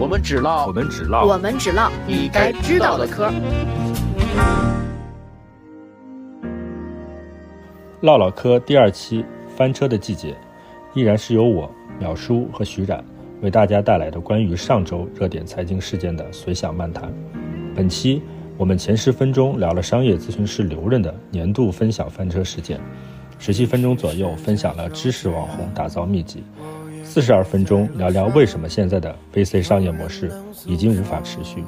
我们只我唠们只唠我们只唠你该知道的嗑。唠唠嗑第二期翻车的季节，依然是由我淼叔和徐冉为大家带来的关于上周热点财经事件的随想漫谈。本期我们前十分钟聊了商业咨询师刘润的年度分享翻车事件，十七分钟左右分享了知识网红打造秘籍，四十二分钟聊聊为什么现在的 VC 商业模式已经无法持续。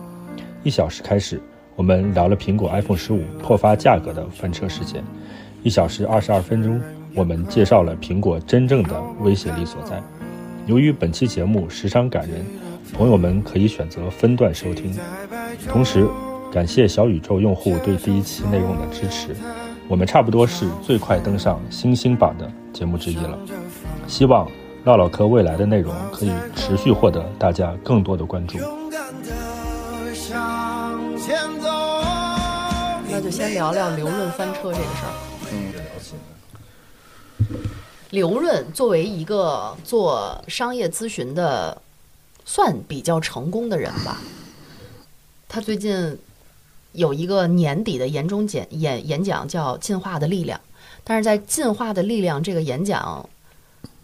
一小时开始，我们聊了苹果 iPhone 十五破发价格的翻车事件。一小时二十二分钟，我们介绍了苹果真正的威胁力所在。由于本期节目时长感人，朋友们可以选择分段收听。同时，感谢小宇宙用户对第一期内容的支持，我们差不多是最快登上星星榜的节目之一了。希望唠唠嗑未来的内容可以持续获得大家更多的关注。勇敢的向前走。那就先聊聊刘润翻车这个事儿。嗯，刘润作为一个做商业咨询的，算比较成功的人吧，他最近有一个年底的年终演演演讲叫《进化的力量》，但是在《进化的力量》这个演讲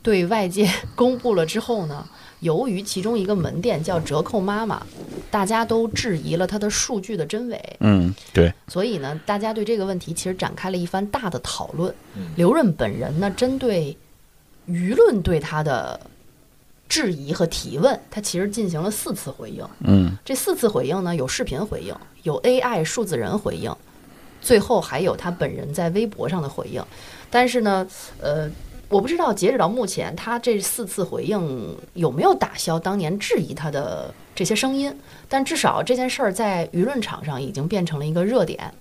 对外界公布了之后呢，由于其中一个门店叫折扣妈妈，大家都质疑了他的数据的真伪。嗯，对，所以呢，大家对这个问题其实展开了一番大的讨论。刘润本人呢，针对舆论对他的质疑和提问，他其实进行了四次回应。嗯，这四次回应呢，有视频回应，有 AI 数字人回应，最后还有他本人在微博上的回应。但是呢，呃，我不知道截止到目前，他这四次回应有没有打消当年质疑他的这些声音。但至少这件事儿在舆论场上已经变成了一个热点。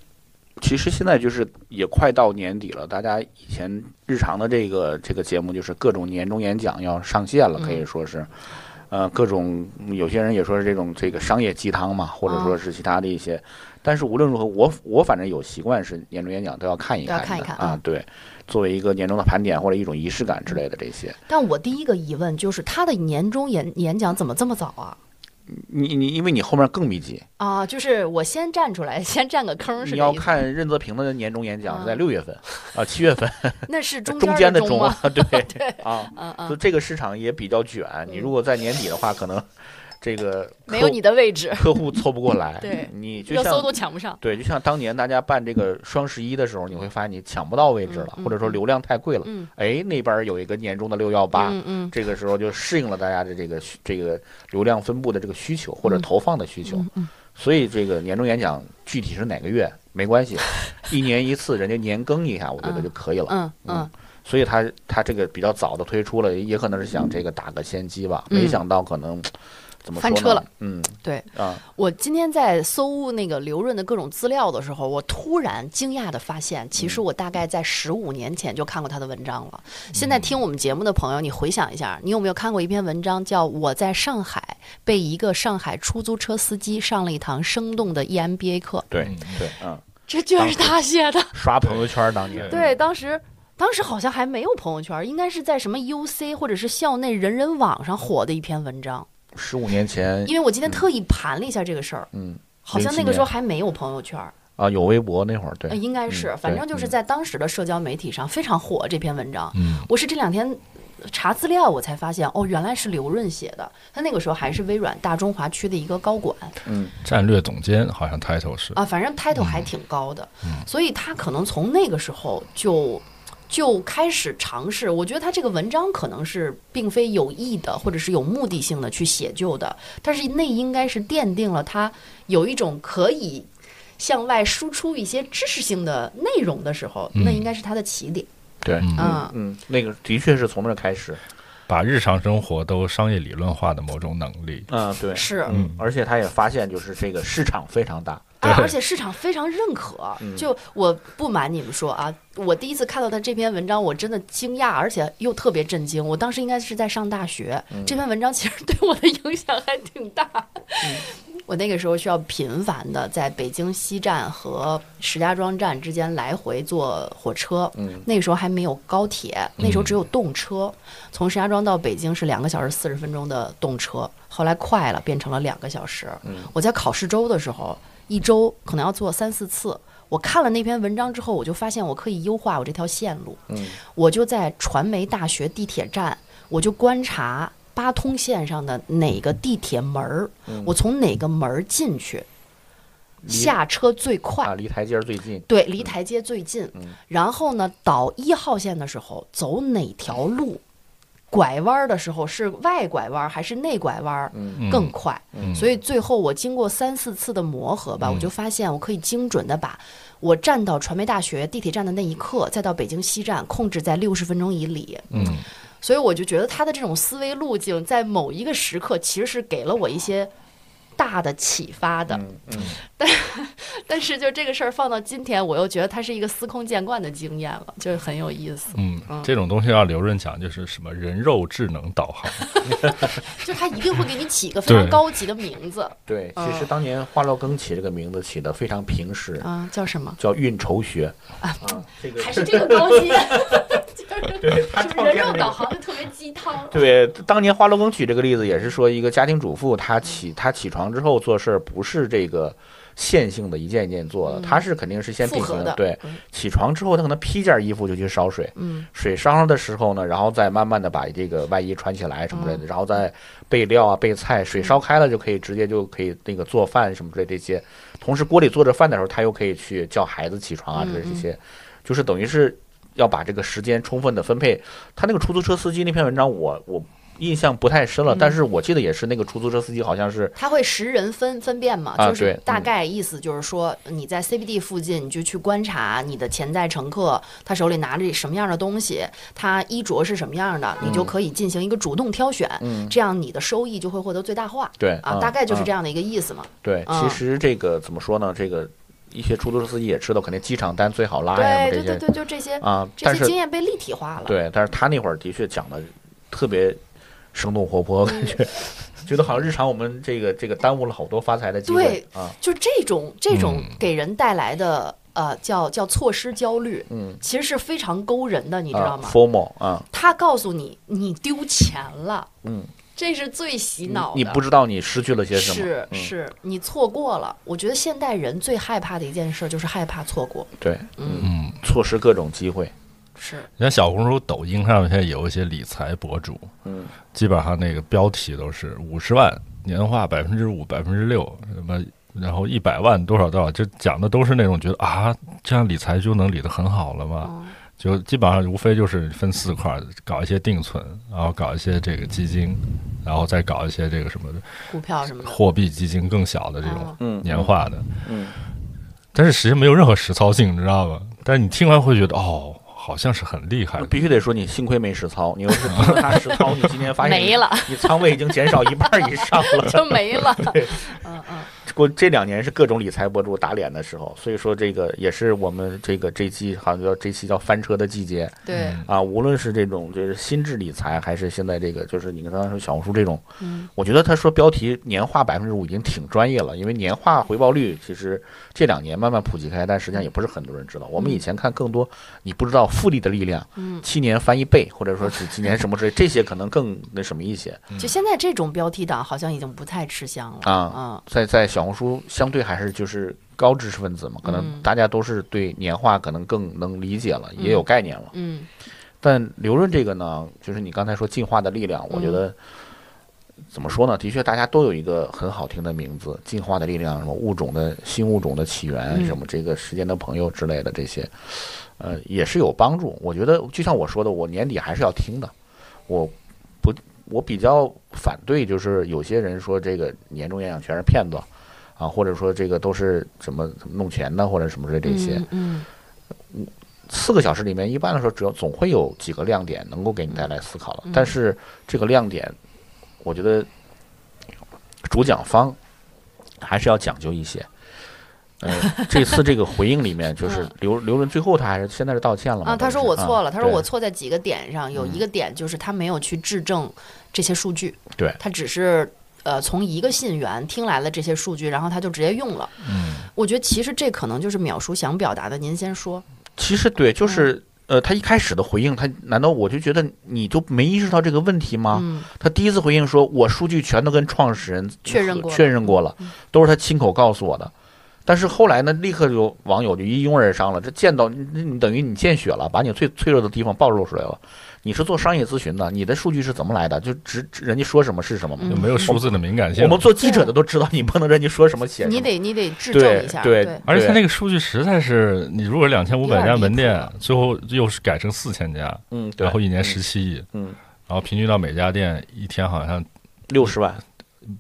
其实现在就是也快到年底了，大家以前日常的这个这个节目就是各种年终演讲要上线了，嗯可以说是，呃，各种有些人也说是这种这个商业鸡汤嘛，或者说是其他的一些，但是无论如何，我我反正有习惯是年终演讲都要看一都要看的，看一看啊嗯，对，作为一个年终的盘点或者一种仪式感之类的这些，但我第一个疑问就是，他的年终演演讲怎么这么早啊？你你因为你后面更密集，啊，就是我先站出来，先占个坑你是这要意思看任泽平的年终演讲是在啊六月份啊七月份。那是中中间的中啊吗？， 对啊，嗯就嗯，这个市场也比较卷。你如果在年底的话，可能这个 没有客你的位置，客户凑不过来， 对你就热搜像都抢不上。对，就像当年大家办这个双十一的时候，你会发现你抢不到位置了，嗯嗯或者说流量太贵了。嗯哎，那边有一个年终的六幺八。嗯嗯这个时候就适应了大家的这个需这个流量分布的这个需求或者投放的需求，嗯嗯，所以这个年终演讲具体是哪个月没关 系，一年一次，人家年更一下，我觉得嗯就可以了。嗯嗯，所以他他这个比较早的推出了，也可能是想这个打个先机吧，嗯没想到可能怎么说呢翻车了，嗯，对啊，我今天在搜那个刘润的各种资料的时候，我突然惊讶的发现，其实我大概在十五年前就看过他的文章了。现在听我们节目的朋友，你回想一下，你有没有看过一篇文章叫《我在上海被一个上海出租车司机上了一堂生动的 E EMBA 课》？对嗯对，嗯，这就是他写的。刷朋友圈当年，对，当时当时好像还没有朋友圈，应该是在什么 UC 或者是校内人人网上火的一篇文章。十五年前，因为我今天特意盘了一下这个事儿，嗯好像那个时候还没有朋友圈，啊，有微博那会儿，对呃，应该是，嗯反正对就是嗯在当时的社交媒体上非常火这篇文章。嗯，我是这两天查资料，我才发现哦，原来是刘润写的，他那个时候还是微软大中华区的一个高管。战略总监好像 title 是，啊，反正 title 还挺高的，所以他可能从那个时候就就开始尝试。我觉得他这个文章可能是并非有意的，或者是有目的性的去写就的，但是那应该是奠定了他有一种可以向外输出一些知识性的内容的时候，那应该是他的起点。对，嗯嗯，那个的确是从那儿开始，把日常生活都商业理论化的某种能力。嗯，对，是。嗯，而且他也发现就是这个市场非常大，啊，对而且市场非常认可。就我不瞒你们说啊，我第一次看到他这篇文章，我真的惊讶，而且又特别震惊。我当时应该是在上大学，这篇文章其实对我的影响还挺大。 我那个时候需要频繁的在北京西站和石家庄站之间来回坐火车。嗯，那个时候还没有高铁，那时候只有动车，从石家庄到北京是两个小时四十分钟的动车，后来快了变成了两个小时。嗯我在考试周的时候，一周可能要做三四次。我看了那篇文章之后，我就发现我可以优化我这条线路。嗯，我就在传媒大学地铁站，我就观察八通线上的哪个地铁门儿，嗯我从哪个门儿进去，下车最快。啊，离台阶儿最近，对，离台阶最近。嗯然后呢，倒一号线的时候走哪条路，拐弯儿的时候是外拐弯儿还是内拐弯儿嗯嗯更快。嗯所以最后我经过三四次的磨合吧，我就发现我可以精准的把我站到传媒大学地铁站的那一刻，再到北京西站控制在六十分钟以里。嗯所以我就觉得他的这种思维路径，在某一个时刻其实是给了我一些大的启发的。嗯嗯，但是就这个事儿放到今天，我又觉得它是一个司空见惯的经验了，就是很有意思。嗯，这种东西要刘润讲，就是什么人肉智能导航，就他一定会给你起一个非常对高级的名字对，其实嗯当年花落更起这个名字起得非常平实，啊，叫什么？叫运筹学啊，这个 还是这个高 级？对他就是创人建肉的这导个航就特别鸡汤。 对，当年花落更取这个例子也是说，一个家庭主妇她起她起床之后做事儿不是这个线性的一件一件做的，嗯她是肯定是先复并合行的，对，嗯起床之后她可能披件衣服就去烧水，嗯水烧上的时候呢，然后再慢慢的把这个外衣穿起来什么之类嗯的，然后再备料啊备菜，水烧开了就可以直接就可以那个做饭什么之类这些。同时锅里做着饭的时候，她又可以去叫孩子起床啊嗯之类这嗯些，就是等于是要把这个时间充分的分配。他那个出租车司机那篇文章我，我印象不太深了，嗯但是我记得也是那个出租车司机好像是他会识人分分辨嘛，啊就是对大嗯概意思就是说，你在 CBD 附近，你就去观察你的潜在乘客，他手里拿着什么样的东西，他衣着是什么样的，你就可以进行一个主动挑选，这样你的收益就会获得最大化。对嗯啊，大概就是这样。样的一个意思嘛。对，嗯其实这个怎么说呢？这个一些出租车司机也知道，肯定机场单最好拉呀对什对么对这些对，就这些啊，这但些是经验被立体化了。对，但是他那会儿的确讲的特别生动活泼，感嗯觉觉得好像日常我们这个这个耽误了好多发财的机会对啊。就这种这种嗯给人带来的、呃叫叫错失焦虑，嗯，其实是非常勾人的，你你知道吗？ ？formal 啊，他告诉你你丢钱了，嗯，这是最洗脑的。你不知道你失去了些什么，是嗯是，你错过了。我觉得现代人最害怕的一件事就是害怕错过。对，嗯，错失各种机会，是，你看小红书、抖音上面现在有一些理财博主，嗯，基本上那个标题都是五十万年化百分之五、百分之六，什么然后一百万多少多少，就讲的都是那种觉得啊，这样理财就能理得很好了吗？嗯就基本上无非就是分四块儿，搞一些定存，然后搞一些这个基金，然后再搞一些这个什么股票什么的。货币基金更小的这种哦嗯年化的，嗯，但是实际没有任何实操性，你知道吗？但是你听完会觉得哦，好像是很厉害那的，必须得说你幸亏没实操，你要是听了他实操，你今天发现没了，你仓位已经减少一半以上了。 就没了，嗯嗯，过这两年是各种理财博主打脸的时候，所以说这个也是我们这个这期好像叫这期叫翻车的季节，对，啊，无论是这种就是新智理财，还是现在这个就是你刚刚说小红书这种，嗯我觉得他说标题年化百分之五已经挺专业了，因为年化回报率其实这两年慢慢普及开，但实际上也不是很多人知道。我们以前看更多，你不知道复利的力量，嗯七年翻一倍，或者说是几年什么之类，这些可能更那什么一些就现在这种标题党好像已经不太吃香了啊。在在小红书相对还是就是高知识分子嘛，可能嗯大家都是对年化可能更能理解了，也有嗯概念了。嗯但刘润这个呢，就是你刚才说进化的力量，嗯我觉得怎么说呢？的确，大家都有一个很好听的名字，进化的力量，什么物种的新物种的起源，嗯什么这个时间的朋友之类的这些，呃，也是有帮助。我觉得就像我说的，我年底还是要听的，我不，我比较反对，就是有些人说这个年终演讲全是骗子。啊，或者说这个都是怎么怎么弄钱的，或者什么之类嗯，这些，嗯四个小时里面，一般来说，只要总会有几个亮点能够给你带来思考嗯了。但是这个亮点，我觉得主讲方还是要讲究一些。 呃，这次这个回应里面，就是嗯刘刘润最后他还是现在是道歉了嘛？啊，等他于说是我错嗯了，他说我对嗯错在几个点上，有一个点就是他没有去质证这些数据，对他只是呃从一个信源听来了这些数据，然后他就直接用了。嗯，我觉得其实这可能就是淼叔想表达的，您先说。其实对，嗯就是呃，他一开始的回应，他难道我就觉得你就没意识到这个问题吗？嗯，他第一次回应说，我数据全都跟创始人确认过了嗯确认过了，都是他亲口告诉我的。但是后来呢，立刻有网友就一拥而上了，这见到你你等于你见血了，把你最脆弱的地方暴露出来了。你是做商业咨询的，你的数据是怎么来的？就直直人家说什么是什么吗？嗯就没有数字的敏感性。我们做记者的都知道，你不能人家说什么写什么。你得你得质证对啊一下，对而且它那个数据实在是，你如果两千五百家门有点店离谱，最后又是改成四千家，嗯，对然后一年十七亿，嗯，然后平均到每家店一天好像六十万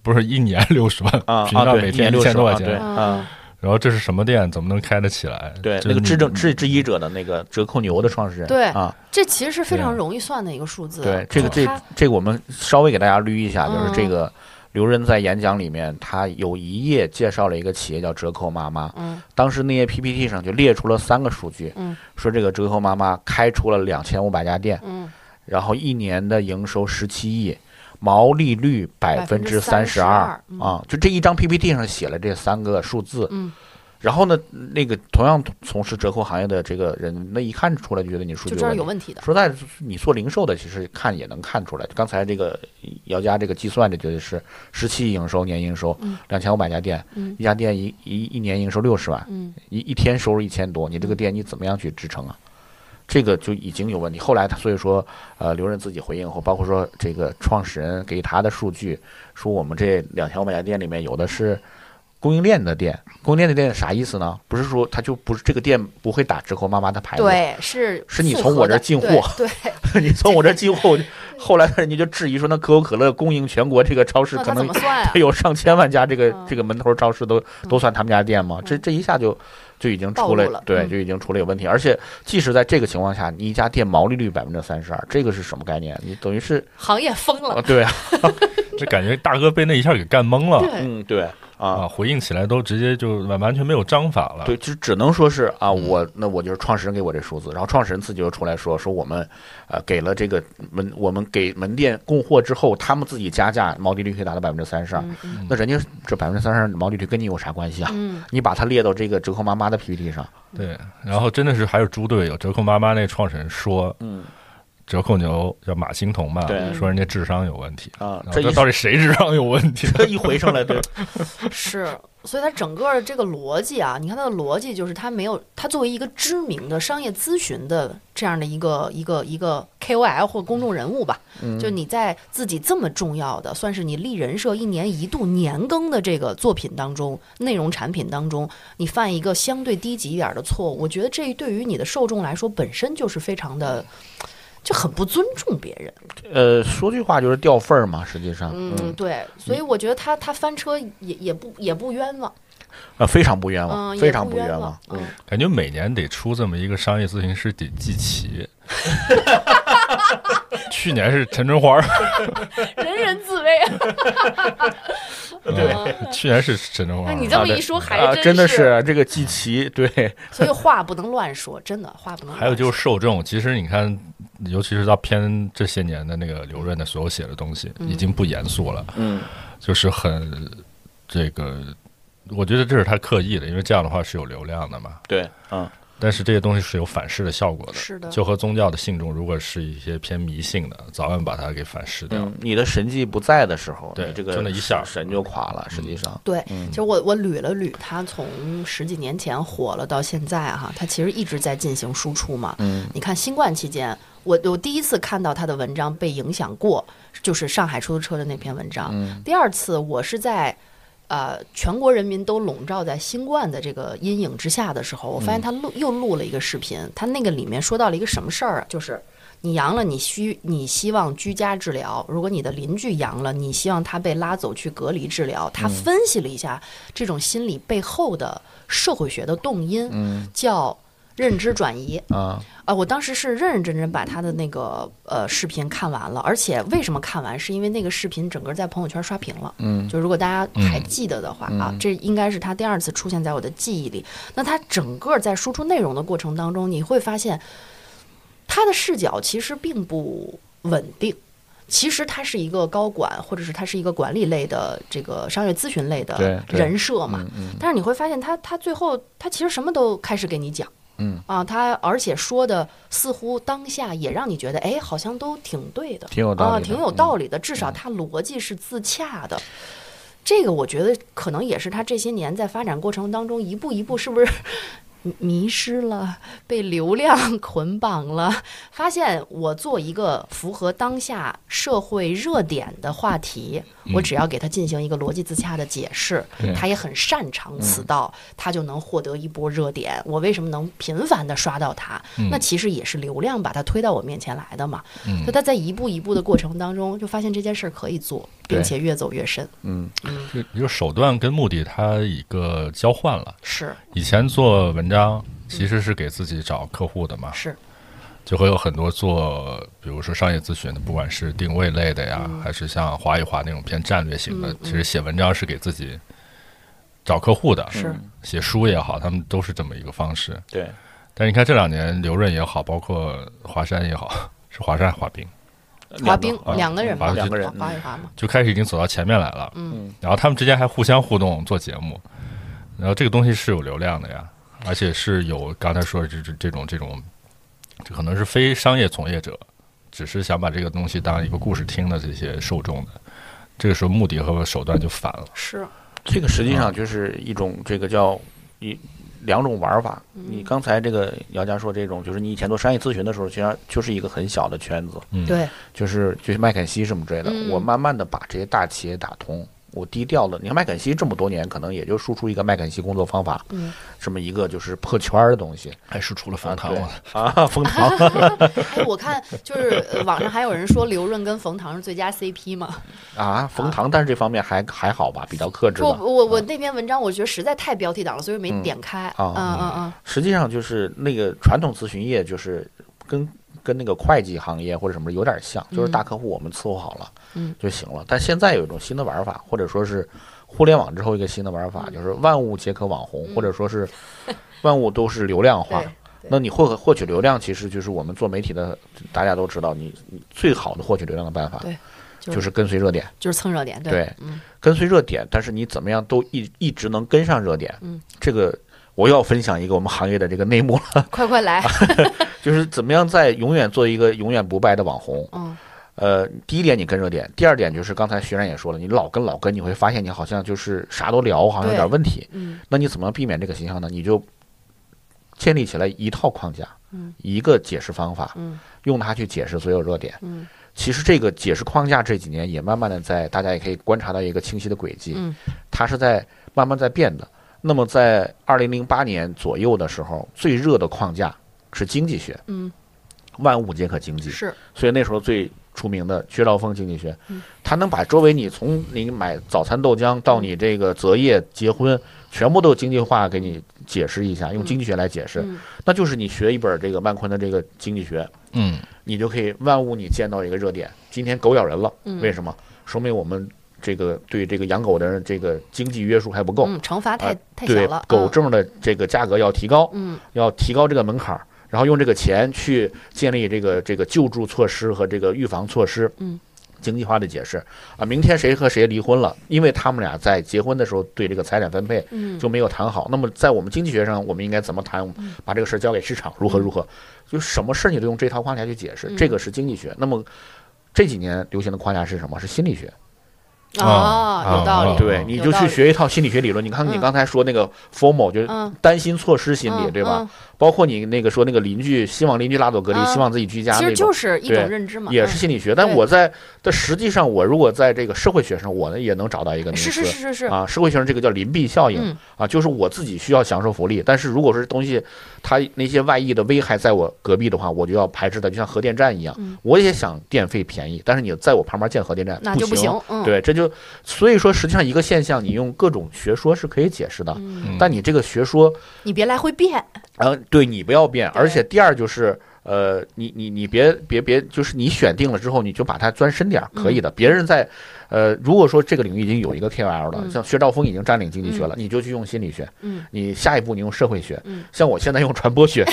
不是一年六十万，啊平均啊，到对，每一年天一六千十多块万，对钱。嗯啊。然后这是什么店？怎么能开得起来？对，就是那个你质证质质疑者的那个折扣牛的创始人，对啊，这其实是非常对容易算的一个数字。啊对，这个就这它这个我们稍微给大家捋一下，就是这嗯个刘仁在演讲里面，他有一页介绍了一个企业叫折扣妈妈，嗯当时那页 PPT 上就列出了三个数据，嗯说这个折扣妈妈开出了两千五百家店，嗯然后一年的营收十七亿，毛利率百分之三十二32%嗯啊，就这一张 PPT 上写了这三个数字，嗯，然后呢，那个同样从事折扣行业的这个人，那一看出来就觉得你数就据有知道问有题。问题的。说在你做零售的，其实看也能看出来。刚才这个姚家这个计算，这就是十七亿营收年营收嗯，两千五百家店，嗯一家店一一一年营收六十万，嗯一一天收入一千多，你这个店你怎么样去支撑啊？这个就已经有问题。后来他所以说，呃，刘润自己回应后，包括说这个创始人给他的数据，说我们这两千五百家店里面有的是供应链的店，供应链的店啥意思呢？不是说他就不是这个店不会打折扣妈妈的牌子，对，是哎是你复从合我这的儿进对货 对，你从我这儿进货，我就后来人家就质疑说，那可口可乐供应全国这个超市，那可他能怎么算啊它？ 有上千万家这个嗯这个门头超市都都算他们家店吗？这嗯这一下就就已经暴出露来了，对，嗯就已经出来有问题。而且即使在这个情况下，你一家店毛利率百分之三十二，这个是什么概念？你等于 是行业疯啊，了，对 啊，就感觉大哥被那一下给干懵了对，嗯，对啊啊，。回应起来都直接就完完全没有章法了。对，就只能说是啊，我那我就是创始人给我这数字，然后创始人自己又出来说说我们，呃，给了这个门，我们给门店供货之后，他们自己加价，毛利率可以达到百分之三十二，嗯嗯那人家这百分之三十毛利率跟你有啥关啊系啊？嗯，你把它列到这个折扣妈妈的 PPT 上，啊对，然后真的是还有猪队友，折扣妈妈那创始人说，嗯折扣牛叫马兴同嘛，嗯对说人家智商有问题。啊然，后这这一到底谁智商有问题？这一回上来，对，是。所以它整个的这个逻辑啊，你看它的逻辑就是它没有，它作为一个知名的商业咨询的这样的一个一个一个 KOL 或公众人物吧，嗯就你在自己这么重要的，算是你立人设一年一度年更的这个作品当中，内容产品当中，你犯一个相对低级一点的错误，我觉得这对于你的受众来说本身就是非常的，就很不尊重别人。呃，说句话就是掉份儿嘛，实际上，嗯，，对，所以我觉得他他翻车也也不也不冤枉，呃，非常不冤嗯，枉，也非常不不冤枉，嗯， 感觉每年得出这么一个商业咨询师得记齐。去年是陈春花儿， 人人自危。啊对，去年是陈春花那儿。哎你这么对一说，啊还，真的是，是这个季琦，对，所以话不能乱说，真的话不能乱说。还有就是受众，其实你看，尤其是到偏这些年的那个刘润的所有写的东西，嗯已经不严肃了，嗯，就是很这个，我觉得这是他刻意的，因为这样的话是有流量的嘛。对，嗯，但是这些东西是有反噬的效果的，是的就和宗教的信众，如果是一些偏迷信的，早晚把它给反噬掉。嗯，你的神迹不在的时候，对你这个就那一下神就垮了，实际上，对，其实我我捋了捋，他从十几年前火了到现在哈、他其实一直在进行输出嘛。嗯，你看新冠期间，我我第一次看到他的文章被影响过，就是上海出租车的那篇文章。第二次我是在。呃，全国人民都笼罩在新冠的这个阴影之下的时候，我发现他录又录了一个视频，他那个里面说到了一个什么事儿啊，就是你阳了，你需你希望居家治疗；如果你的邻居阳了，你希望他被拉走去隔离治疗。他分析了一下这种心理背后的社会学的动因，叫认知转移。啊，啊，我当时是认认真真把他的那个呃视频看完了，而且为什么看完，是因为那个视频整个在朋友圈刷屏了。嗯，就如果大家还记得的话、嗯啊，这应该是他第二次出现在我的记忆里。那他整个在输出内容的过程当中，你会发现他的视角其实并不稳定。其实他是一个高管，或者是他是一个管理类的这个商业咨询类对的对人设嘛。嗯嗯但是你会发现他，他最后他其实什么都开始给你讲。嗯啊，他而且说的似乎当下也让你觉得，哎，好像都挺对的，挺有道啊，理的嗯挺有道理的，至少他逻辑是自洽的。这个我觉得可能也是他这些年在发展过程当中一步一步是 不是迷失了，被流量 捆绑了，发现我做一个符合当下社会热点的话题，我只要给他进行一个逻辑自洽的解释，对他也很擅长此道，他就能获得一波热点。我为什么能频繁的刷到他？那其实也是流量把他推到我面前来的嘛。所以他在一步一步的过程当中，就发现这件事儿可以做，并对且越走越深。嗯，就就手段跟目的它一个交换了。是以前做文章其实是给自己找客户的嘛，是，就会有很多做，比如说商业咨询的，不管是定位类的呀，还是像划一划那种偏战略型的，其实写文章是给自己找客户的，是写书也好，他们都是这么一个方式。对，但是你看这两年，刘润也好，包括华山也好，是华山还是华冰，滑冰啊两个人嘛，滑两个人滑一滑嘛，就开始已经走到前面来了。嗯，然后他们之间还互相互动做节目，然后这个东西是有流量的呀，而且是有刚才说的这这这种这种，这可能是非商业从业者，只是想把这个东西当一个故事听的这些受众的，这个时候目的和手段就反了。是这个实际上就是一种这个叫一两种玩法。你刚才这个姚佳说这种，就是你以前做商业咨询的时候，其实就是一个很小的圈子，嗯对，就是就是麦肯锡什么之类的。嗯我慢慢的把这些大企业打通，我低调的。你看麦肯锡这么多年，可能也就输出一个麦肯锡工作方法，嗯这么一个就是破圈儿的东西还哎是出了啊反弹对了，啊，封糖哎，我看就是呃网上还有人说刘润跟冯唐是最佳 CP 嘛，啊，冯唐，但是这方面还还好吧，比较克制不，吧。我我那篇文章我觉得实在太标题党了，所以没嗯点开。哦嗯嗯嗯，实际上就是那个传统咨询业，就是跟跟那个会计行业或者什么有点像，就是大客户我们伺候好了，嗯就行了。但现在有一种新的玩法，或者说是互联网之后一个新的玩嗯法，就是万物皆可网红，或者说是 万物都是流量化对。那你获获取流量，其实就是我们做媒体的，大家都知道，你你最好的获取流量的办法对就是就是跟随热点。就是蹭热点，对嗯，跟随热点，但是你怎么样都一一直能跟上热点。嗯，这个我又要分享一个我们行业的这个内幕了，快快来，就是怎么样在永远做一个永远不败的网红。嗯，呃，第一点你跟热点，第二点就是刚才徐然也说了，你老跟老跟，你会发现你好像就是啥都聊，好像有点问题。嗯，那你怎么样避免这个形象呢？你就建立起来一套框架，嗯一个解释方法，嗯用它去解释所有热点。嗯其实这个解释框架这几年也慢慢的在大家也可以观察到一个清晰的轨迹，嗯它是在慢慢在变的。那么在二零零八年左右的时候，最热的框架是经济学，嗯，万物皆可经济，是，所以那时候最出名的薛兆丰经济学，嗯他能把周围你从你买早餐豆浆到你这个择业结婚，全部都经济化给你解释一下，用经济学来解释，嗯那就是你学一本这个曼昆的这个经济学，嗯，你就可以万物你见到一个热点，今天狗咬人了，嗯为什么？说明我们这个对这个养狗的人这个经济约束还不够，嗯，惩罚太太小啊对了，狗嗯证的这个价格要提高，嗯要提高这个门槛儿，然后用这个钱去建立这个这个救助措施和这个预防措施，嗯，经济化的解释啊，明天谁和谁离婚了，因为他们俩在结婚的时候对这个财产分配嗯，就没有谈好。那么在我们经济学上，我们应该怎么谈？把这个事儿交给市场，如何如何？就什么事儿你都用这套框架去解释嗯，这个是经济学。那么这几年流行的框架是什么？是心理学。啊，有道啊理，对，你就去学一套心理学理论。你看你刚才说那个 FOMO，就是嗯，担心错失心理，嗯对吧？？嗯包括你那个说那个邻居，希望邻居拉走隔离，啊希望自己居家其那实种就，是一种对认知嘛，也嗯是心理学。但对我在，但实际上我如果在这个社会学上，我呢也能找到一个名是词是是是是，啊，社会学上这个叫邻避效应嗯啊，就是我自己需要享受福利，但是如果说这东西它那些外溢的危害在我隔壁的话，我就要排斥它，就像核电站一样嗯，我也想电费便宜，但是你在我旁边建核电站那就不行。，嗯，对，这就所以说，实际上一个现象，你用各种学说是可以解释的，嗯，但你这个学说你别来回变，然后呃对你不要变，对而且第二就是，呃，你你你别别别，就是你选定了之后，你就把它钻深点儿，可嗯以的。别人在，呃，如果说这个领域已经有一个 KOL 了，嗯像薛兆丰已经占领经济学了，你就去用心理学，嗯你下一步你用社会学，嗯像我现 在用传播学，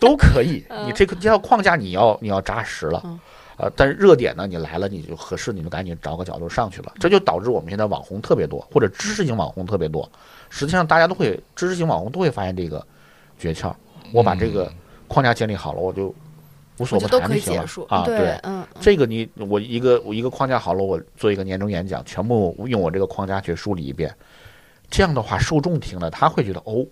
都可以。你这个这套框架你要你要扎实了。嗯呃，但是热点呢，你来了你就合适，你就赶紧找个角度上去了，这就导致我们现在网红特别多，或者知识型网红特别多。实际上，大家都会知识型网红都会发现这个诀窍，我把这个框架建立好了，我就无所我不觉得都谈可就以行结了束啊。对，嗯，嗯这个你我一个我一个框架好了，我做一个年终演讲，全部用我这个框架去梳理一遍。这样的话，受众听了他会觉得哦，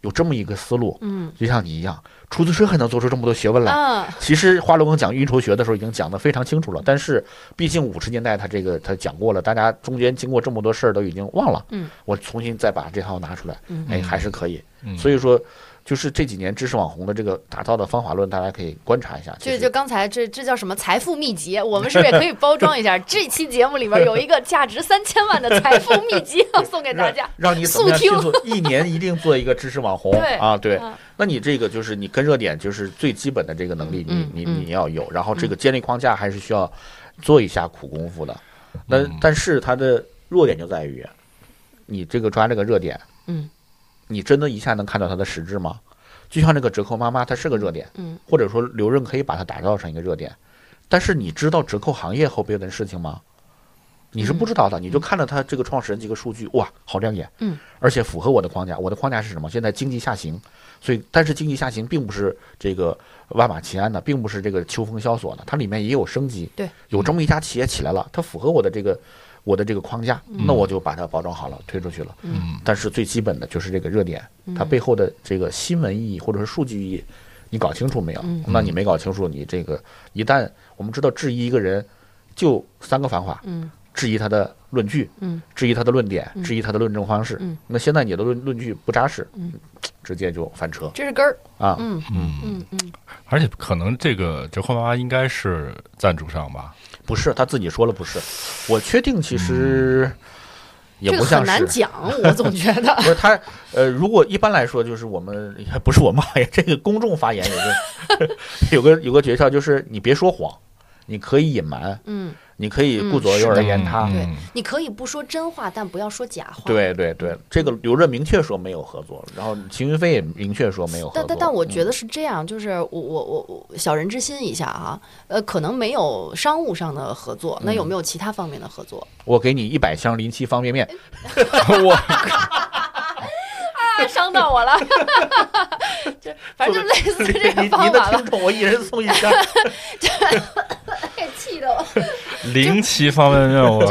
有这么一个思路，嗯就像你一样，出租车还能做出这么多学问来。啊，其实华罗庚讲运筹学的时候已经讲得非常清楚了，但是毕竟五十年代他这个他讲过了，大家中间经过这么多事儿都已经忘了。嗯，我重新再把这套拿出来，嗯哎，还是可以。嗯所以说，就是这几年知识网红的这个打造的方法论，大家可以观察一下。其就实就刚才这这叫什么财富秘籍？我们是不是也可以包装一 下？这期节目里边有一个价值三千万的财富秘 籍要送给大家。让让你怎么样速听迅速一年一定做一个知识网红对啊？对嗯，那你这个就是你跟热点就是最基本的这个能力，你嗯你嗯你要有，然后这个建立框架还是需要做一下苦功夫的。那但是它的弱点就在于，你这个抓这个热点，嗯，你真的一下能看到它的实质吗？就像这个折扣妈妈，它是个热点，嗯，或者说刘润可以把它打造成一个热点，但是你知道折扣行业后边的事情吗？你嗯是不知道的，你就看了它这个创始人几个数据，哇，好亮眼，嗯，而且符合我的框架。我的框架是什么？现在经济下行，所以但是经济下行并不是这个万马齐喑的，并不是这个秋风萧索的，它里面也有生机。对，有这么一家企业起来了，它符合我的这个我的这个框架，嗯那我就把它包装好了，推出去了。嗯，但是最基本的就是这个热点，嗯它背后的这个新闻意义或者是数据意义，你搞清楚没有？嗯那你没搞清楚，你这个一旦我们知道质疑一个人，就三个方法，嗯质疑他的论据，嗯质疑他的论点，质疑他的论证方式。嗯那现在你的论论据不扎实，直接就翻车这是根儿。啊！嗯嗯嗯嗯，而且可能这个折扣妈妈应该是赞助商吧？不是他自己说了不是，我确定其实嗯也这不个像很是。难讲，我总觉得 不是他，呃，如果一般来说，就是我们 还不是我们行业这个公众发言有个 有个有个诀窍，就是你别说谎，你可以隐瞒，嗯。你可以顾左右而言嗯他。对，你可以不说真话，但不要说假话。，对对对，这个刘润明确说没有合作，然后秦云飞也明确说没有合作但。但但我觉得是这样，就是我我我我小人之心一下啊，呃，可能没有商务上的合作，那有没有其他方面的合作？我给你一百箱临期方便面，我啊，伤到我了， 就反正就类似 这个你方你的法吧听，众，我一人送一箱。 太气的我。零期方哎便面，我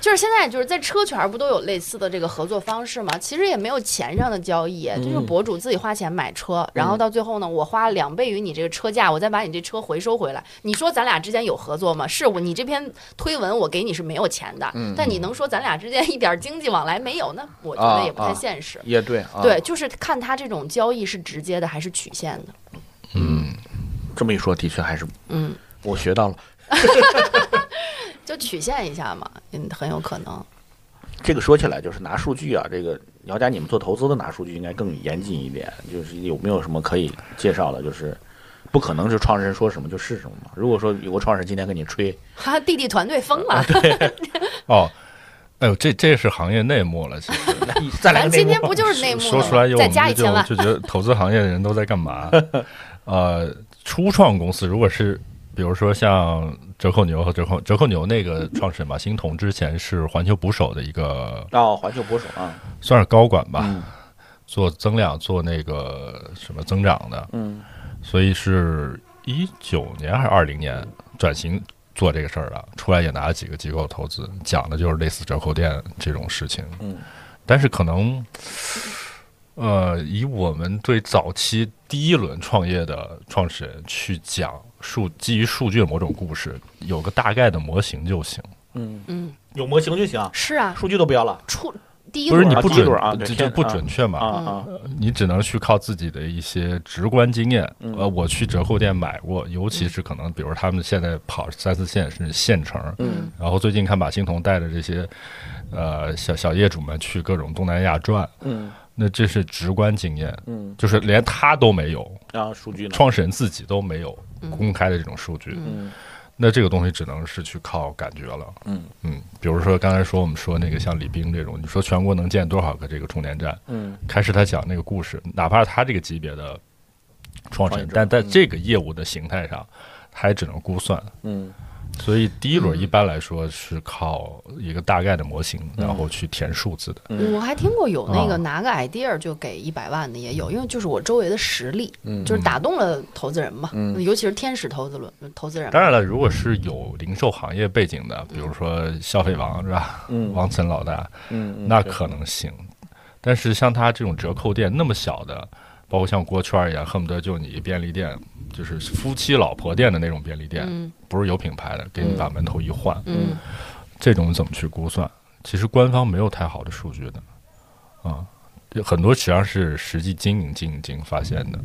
就是现在就是在车圈儿不都有类似的这个合作方式吗？其实也没有钱上的交易，嗯就是博主自己花钱买车，然后到最后呢，我花两倍于你这个车价，我再把你这车回收回来。你说咱俩之间有合作吗？是我你这篇推文我给你是没有钱的，嗯但你能说咱俩之间一点儿经济往来没有呢？我觉得也不啊太啊现实。也对啊，对，，就是看他这种交易是直接的还是曲线的。这么一说，的确还是嗯，我学到了。就曲线一下嘛，嗯，很有可能。这个说起来就是拿数据啊，这个姚佳，你们做投资的拿数据应该更严谨一点。就是有没有什么可以介绍的？就是不可能是创始人说什么就是什么嘛。如果说有个创始人今天跟你吹，哈，弟弟团队疯啊了，哦，哎呦，这这是行业内幕了，其实。你再来咱个内今幕天不就是内幕说了出来吗有再我加们一就千万？就觉得投资行业的人都在干嘛？ 呃，初创公司如果是比如说像折扣牛和折扣折扣牛那个创始人马欣桐之前是环球捕手的一个哦，环球捕手啊，算是高管吧，嗯做增量做那个什么增长的，嗯所以是一九年还是二零年转型做这个事儿的，出来也拿了几个机构投资，讲的就是类似折扣店这种事情。嗯，但是可能，呃，以我们对早期第一轮创业的创始人去讲数基于数据的某种故事，有个大概的模型就行。嗯嗯，有模型就行，是啊，数据都不要了出第一不是你轮不啊第一准轮啊对这天这哪不准确嘛？啊啊，你只能去靠自己的一些直观经验。嗯呃，我去折扣店买过，尤其是可能，比如他们现在跑三四线甚至县城，嗯，然后最近看马欣桐带着这些呃小小业主们去各种东南亚转，嗯，那这是直观经验，嗯，就是连他都没有，然后啊数据呢？创始人自己都没有公开的这种数据，嗯那这个东西只能是去靠感觉了。嗯嗯，比如说刚才说我们说那个像李冰这种，你说全国能建多少个这个充电站？嗯，开始他讲那个故事，哪怕他这个级别的创始创业嗯人，者但在这个业务的形态上，它也只能估算。嗯所以第一轮一般来说是靠一个大概的模型，嗯然后去填数字的。我还听过有那个啊拿个 idea 就给一百万的也有，因为就是我周围的实力，嗯就是打动了投资人嘛，嗯尤其是天使投资轮投资人嘛。当然了，如果是有零售行业背景的，比如说消费王是吧？嗯王岑老大，嗯那可能行。但是像他这种折扣店那么小的，包括像锅圈儿一样，恨不得就你便利店，就是夫妻老婆店的那种便利店，嗯不是有品牌的，给你把门头一换，嗯，这种怎么去估算？其实官方没有太好的数据的，啊，有很多实际上是实际经营经营经营发现的。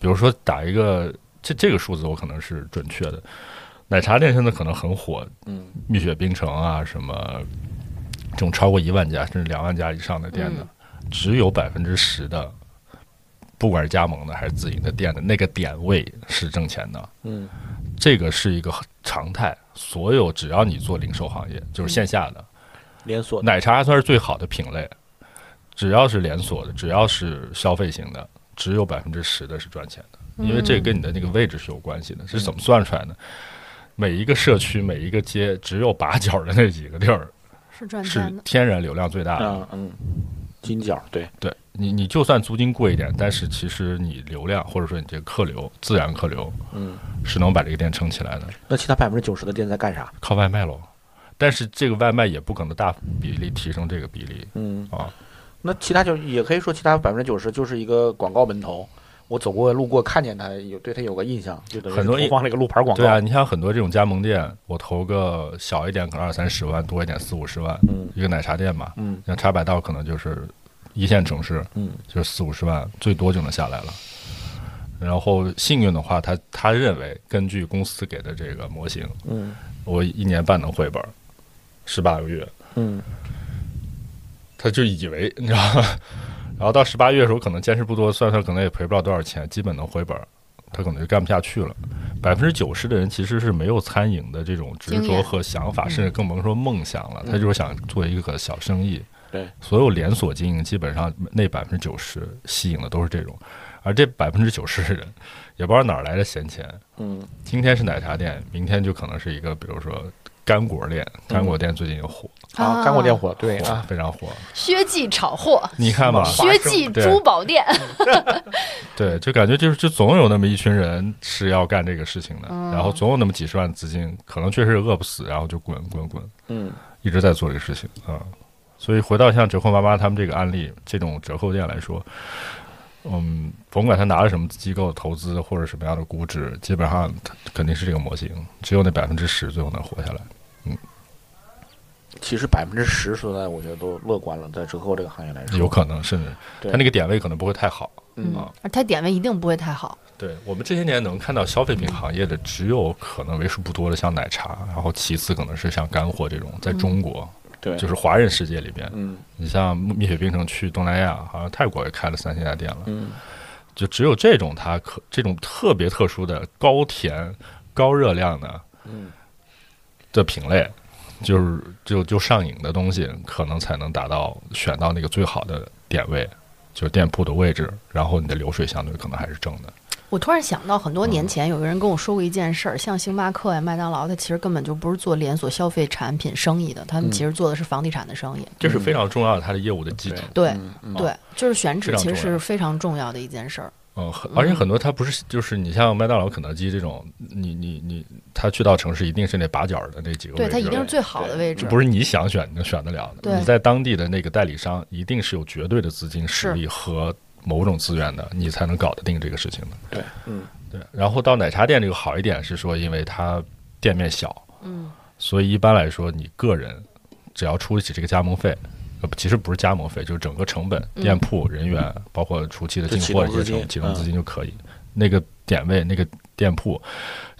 比如说打一个这这个数字，我可能是准确的。奶茶店现在可能很火，嗯，蜜雪冰城啊，什么这种超过一万家甚至两万家以上的店的，嗯只有百分之十的，不管是加盟的还是自营的店的那个点位是挣钱的。嗯这个是一个很常态，所有只要你做零售行业，就嗯是线下的、连锁的奶茶还算是最好的品类，只要是连锁的，只要是消费型的，只有百分之十的是赚钱的，因为这嗯跟你的那个位置是有关系的。是怎么算出来的？每一个社区、每一个街，只有把角的那几个地儿是赚是钱的。天然流量最大的。啊嗯，金角对，对你，你就算租金贵一点，但是其实你流量或者说你这个客流、自然客流嗯，是能把这个店撑起来的。那其他百分之九十的店在干啥？靠外卖喽。但是这个外卖也不可能大比例提升这个比例嗯，啊。那其他就也可以说，其他百分之九十就是一个广告门头。我走过路过看见他，有对他有个印象，就等于很多投放了一个路牌广告。对啊，，你像很多这种加盟店，我投个小一点可能二三十万，多一点四五十万，嗯一个奶茶店嘛，嗯像茶百道可能就是一线城市，嗯就是四五十万，最多就能下来了。然后幸运的话，他他认为根据公司给的这个模型，嗯我一年半能回本，十八个月，嗯他就以为你知道吗？ 然后到十八月的时候，可能坚持不多，算算可能也赔不了多少钱，基本能回本儿，他可能就干不下去了。百分之九十的人其实是没有餐饮的这种执经着验和想嗯法，甚至更甭说梦想了，他就是想做一个小生意。对，所有连锁经营基本上那百分之九十吸引的都是这种，而这百分之九十的人也不知道哪儿来的闲钱，嗯今天是奶茶店，明天就可能是一个比如说干果店，干果店最近也火，啊，干过店火对火嗯啊，非常火。薛记炒货，你看吧，薛记珠宝店，对，就感觉就是就总有那么一群人是要干这个事情的，然后总有那么几十万资金，可能确实饿不死，然后就滚滚滚，嗯一直在做这个事情啊、所以回到像折扣妈妈他们这个案例，这种折扣店来说，嗯，甭管他拿了什么机构投资或者什么样的估值，基本上它肯定是这个模型，只有那百分之十最后能活下来。其实百分之十说实在，我觉得都乐观了，在折扣这个行业来说，有可能甚至对它那个点位可能不会太好。嗯，而它点位一定不会太好。对我们这些年能看到消费品行业的，只有可能为数不多的像奶茶，然后其次可能是像干货这种，在中国、对，就是华人世界里边，嗯你像蜜雪冰城去东南亚，好像泰国也开了三千家店了，嗯就只有这种它可这种特别特殊的高甜、高热量的嗯的品类，就是就就上瘾的东西，可能才能达到选到那个最好的点位，就是店铺的位置，然后你的流水相对可能还是正的。我突然想到，很多年前有个人跟我说过一件事儿，像星巴克呀、麦当劳，它其实根本就不是做连锁消费产品生意的，他们其实做的是房地产的生意。这是非常重要的，它的业务的基础。对嗯对，就是选非址常其实重是要非常重要的一件事儿。嗯，很而且很多它不是就是你像麦当劳、肯德基这种，你你你，它去到城市一定是那把角的那几个位置，对，它一定是最好的位置这。不是你想选你能选得了的。对你在当地的那个代理商一定是有绝对的资金实是力和某种资源的，你才能搞得定这个事情的。对，嗯对，然后到奶茶店这个好一点是说，因为它店面小，嗯，所以一般来说你个人只要出得起这个加盟费。呃其实不是加盟费，就是整个成本、嗯店铺、人员，包括初期的就进启货动这资些金种启动嗯资金就可以。那个点位、那个店铺，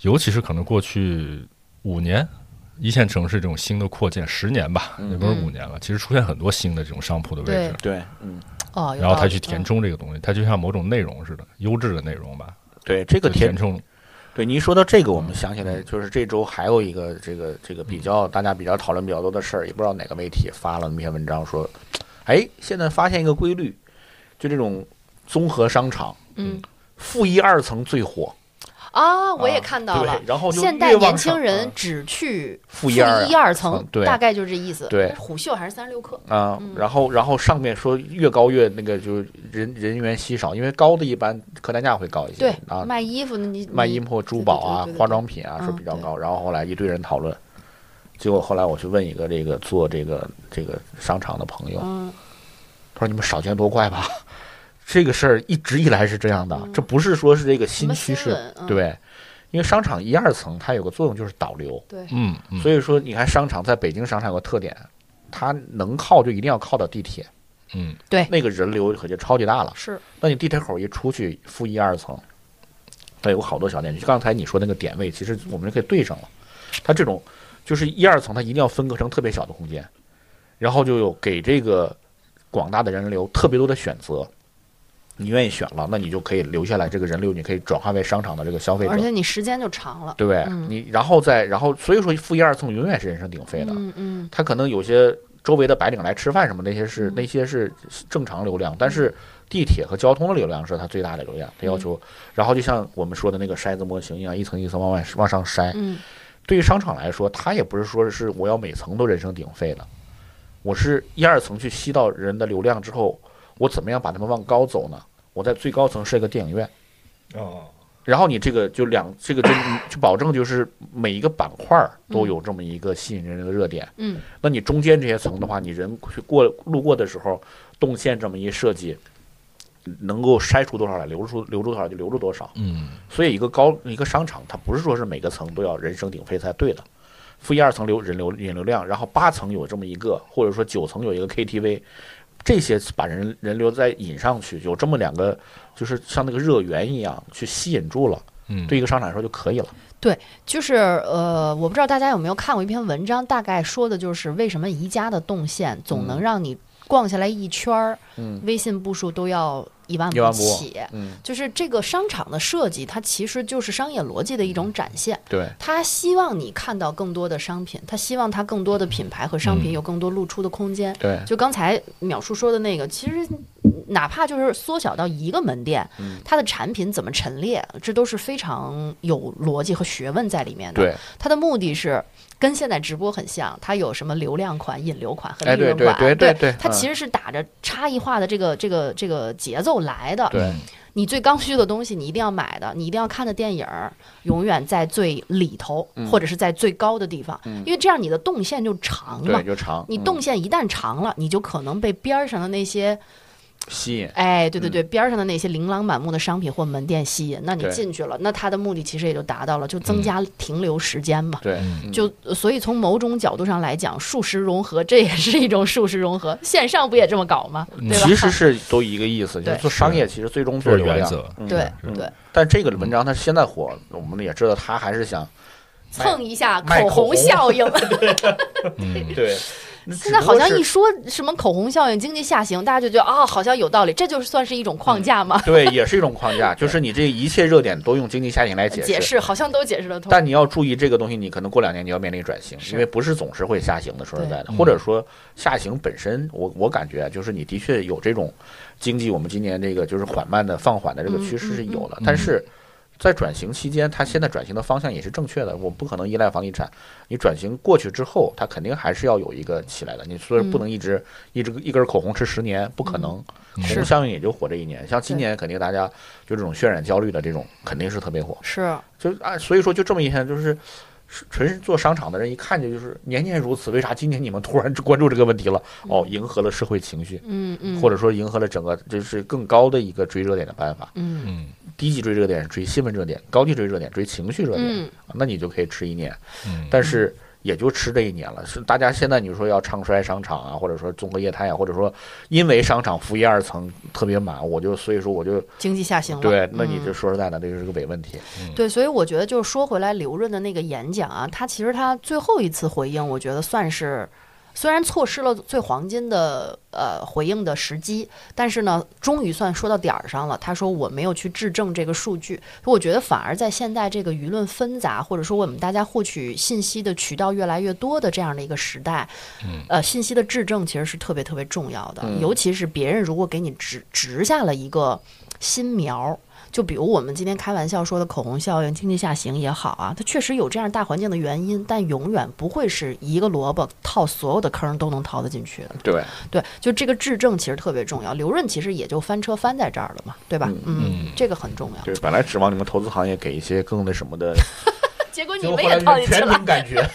尤其是可能过去五年，一线城市这种新的扩建，十年吧，也不是五年了，其实出现很多新的这种商铺的位置，对嗯哦，有然后他道去理填充这个东西，它就像某种内容似的，优质的内容吧，对，这个就填填充对你一说到这个，我们想起来就是这周还有一个这个这个比较大家比较讨论比较多的事儿，也不知道哪个媒体发了那么篇文章说，哎，现在发现一个规律，就这种综合商场，嗯，负一二层最火，啊，我也啊看到了对，。然后就现代越往年轻上人啊只去负一一二啊二层层，对大概就是这意思。对虎嗅还是三十六克，啊，嗯然后然后上面说越高越那个就是人人员稀少，因为高的一般客单价会高一些，对，啊，卖衣服的你卖你衣服、珠宝啊对对对对对、化妆品啊嗯说比较高，然后后来一堆人讨论，结果后来我去问一个这个做这个这个商场的朋友，嗯，他说你们少见多怪吧， 这个事儿一直以来是这样的，这不是说是这个嗯什新么趋新势，闻，嗯对，因为商场一二层它有个作用就是导流，对，嗯嗯，所以说，你看商场在北京商场有个特点，它能靠就一定要靠到地铁，嗯，对那个人流可就超级大了。是那你地铁口一出去，负一二层，它有好多小店。就刚才你说那个点位，其实我们就可以对上了。它这种就是一二层，它一定要分割成特别小的空间，然后就有给这个广大的人流特别多的选择。你愿意选了，那你就可以留下来。这个人流你可以转化为商场的这个消费者而，且你时间就长了。对不对？嗯你然后再然后，所以说负一二层永远是人声鼎沸的。嗯嗯，他可能有些周围的白领来吃饭什么，那些是那些是正常流量，但嗯是地铁和交通的流量是它最大的流量，它要求。然后就像我们说的那个筛子模型一样，一层一层往外往上筛。嗯，对于商场来说，它也不是说是我要每层都人声鼎沸的，我是一二层去吸到人的流量之后，我怎么样把他们往高走呢？我在最高层设一个电影院。哦，然后你这个就两这个就就保证就是每一个板块儿都有这么一个吸引人的热点。嗯，那你中间这些层的话，你人去过路过的时候，动线这么一设计，能够筛出多少来，留出留住多少就留住多少。嗯所以一个高一个商场，它不是说是每个层都要人声鼎沸才对的。负一二层流人流引流量，然后八层有这么一个，或者说九层有一个 KTV，这些把人人流再引上去，有这么两个，就是像那个热源一样去吸引住了。嗯，对一个商场来说就可以了。就是呃，我不知道大家有没有看过一篇文章，大概说的就是为什么宜家的动线总能让你逛下来一圈儿，嗯微信步数都要一万一万步起。嗯，就是这个商场的设计，它其实就是商业逻辑的一种嗯展现。对，他希望你看到更多的商品，他希望他更多的品牌和商品嗯有更多露出的空间。对就刚才淼叔说的那个，其实哪怕就是缩小到一个门店，嗯它的产品怎么陈列，这都是非常有逻辑和学问在里面的。对，它的目的是跟现在直播很像，它有什么流量款、引流款和哎利润对款，对对对对它嗯其实是打着差异化的这个这个这个节奏来的。对，你最刚需的东西，你一定要买的，你一定要看的电影儿，永远在最里头，嗯或者是在最高的地方，因为这样你的动线就长嘛对。就长。你嗯动线一旦长了，你就可能被边儿上的那些，嗯吸引，哎，对对对，边儿上的那些琳琅满目的商品或门店吸引。那你对进去了，那它的目的其实也就达到了，就增加停留时间嘛。对，嗯就所以从某种角度上来讲，数十融合这也是一种数十融合，线上不也这么搞吗？对吧？其实是都一个意思，就嗯对是做商业其实最终做这是流原量。则，嗯对是对，但这个文章它现在火，我们也知道它还是想蹭一下卖口口红红效 应。嗯，对。现在好像只一说什么口红效应、经济下行，大家就觉得啊、好像有道理，这就是算是一种框架嘛不，过是对，也是一种框架，就是你这一切热点都用经济下行来解嗯解释好像都解释得通。但你要注意这个东西，你可能过两年你要面临转型，是因为不是总是会下行的。说实在的，对或者说下行本身，我我感觉啊，就是你的确有这种经济，我们今年这个就是缓慢的放缓的这个趋势是有的，但是。在转型期间，它现在转型的方向也是正确的。我不可能依赖房地产，你转型过去之后，它肯定还是要有一个起来的。你所以不能一直、一直一根口红吃十年，不可能。口红效应也就火这一年，像今年肯定大家就这种渲染焦虑的这种肯定是特别火。是就是啊，所以说就这么一天，就是是纯是做商场的人一看见就是年年如此，为啥今年你们突然关注这个问题了？哦，迎合了社会情绪，嗯嗯，或者说迎合了整个就是更高的一个追热点的办法。嗯嗯低级追热点是追新闻热点，高级追热点追情绪热点，啊嗯那你就可以吃一年，嗯，但是。也就吃这一年了，是大家现在你说要唱衰商场啊，或者说综合业态啊，或者说因为商场负一二层特别满，我就所以说我就经济下行了。对，那你嗯就说实在的，这就是个伪问题。对，所以我觉得就是说回来刘润的那个演讲啊，他其实他最后一次回应，我觉得算是虽然错失了最黄金的呃回应的时机，但是呢，终于算说到点儿上了。他说我没有去质证这个数据，我觉得反而在现在这个舆论纷杂，或者说我们大家获取信息的渠道越来越多的这样的一个时代，呃，信息的嗯质证其实是特别特别重要的，尤其是别人如果给你植植下了一个新苗。就比如我们今天开玩笑说的口红效应、经济下行也好啊，它确实有这样大环境的原因，但永远不会是一个萝卜套所有的坑都能套得进去的。对，对，就这个质证其实特别重要。刘润其实也就翻车翻在这儿了嘛，对吧？嗯，这个很重要。对，本来指望你们投资行业给一些更那什么的，结果结 你果们后来也套进去全了凭感觉。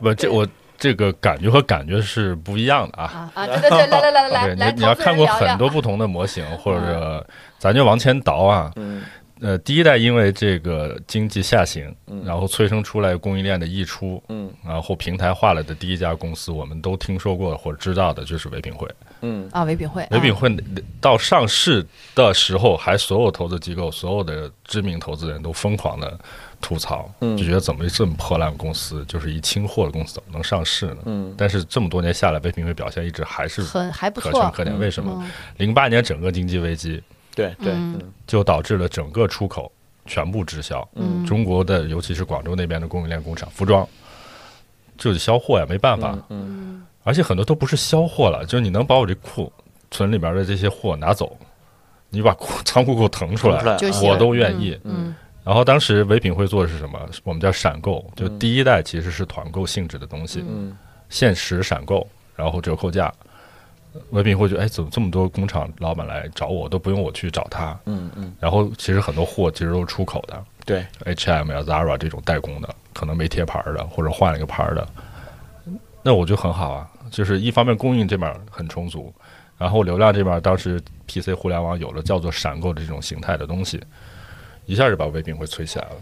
不，这我这个感觉和感觉是不一样的啊。啊 啊！对对对，来来来来对，来，你你要投资看人过聊聊很多不同的模型，或者咱就往前倒啊。嗯呃，第一代因为这个经济下行，嗯然后催生出来供应链的溢出，嗯然后平台化了的第一家公司，我们都听说过或者知道的就是唯品会。嗯啊，唯品会，唯品啊会到上市的时候，还所有投资机构、所有的知名投资人都疯狂的吐槽，嗯就觉得怎么这么破烂公司，就是一清货的公司怎么能上市呢？嗯但是这么多年下来，唯品会表现一直还是很还不可圈错。可点。为什么？嗯，零八年整个经济危机 对对嗯嗯就导致了整个出口全部滞销，嗯中国的尤其是广州那边的供应链工厂，服装就得销货呀，没办法。嗯而且很多都不是销货了，就是你能把我这库存里边的这些货拿走，你把库仓库给我腾出来，腾出来就行我都愿意。嗯然后当时唯品会做的是什么？我们叫闪购，就第一代其实是团购性质的东西，嗯限时闪购，然后折扣价。唯品会觉得，哎，怎么这么多工厂老板来找我，都不用我去找他？嗯嗯，然后其实很多货其实都是出口的，对， H&M 呀、Zara 这种代工的，可能没贴牌儿的，或者换了一个牌儿的，那我就很好啊。就是一方面供应这边很充足，然后流量这边当时 PC 互联网有了叫做闪购的这种形态的东西，一下就把唯品会吹起来了。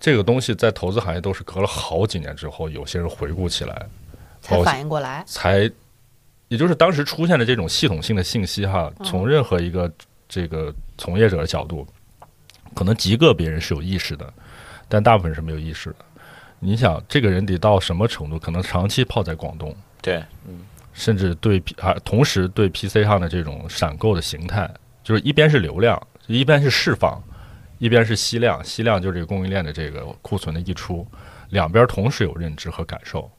这个东西在投资行业都是隔了好几年之后，有些人回顾起来才哦反应过来。才，也就是当时出现的这种系统性的信息哈，从任何一个这个从业者的角度，可能极个别人是有意识的，但大部分人是没有意识的。你想，这个人得到什么程度？可能长期泡在广东，对，甚至对 P 啊，同时对 PC 上的这种闪购的形态，就是一边是流量，一边是释放，一边是吸量，吸量就是这个供应链的这个库存的溢出，两边同时有认知和感受。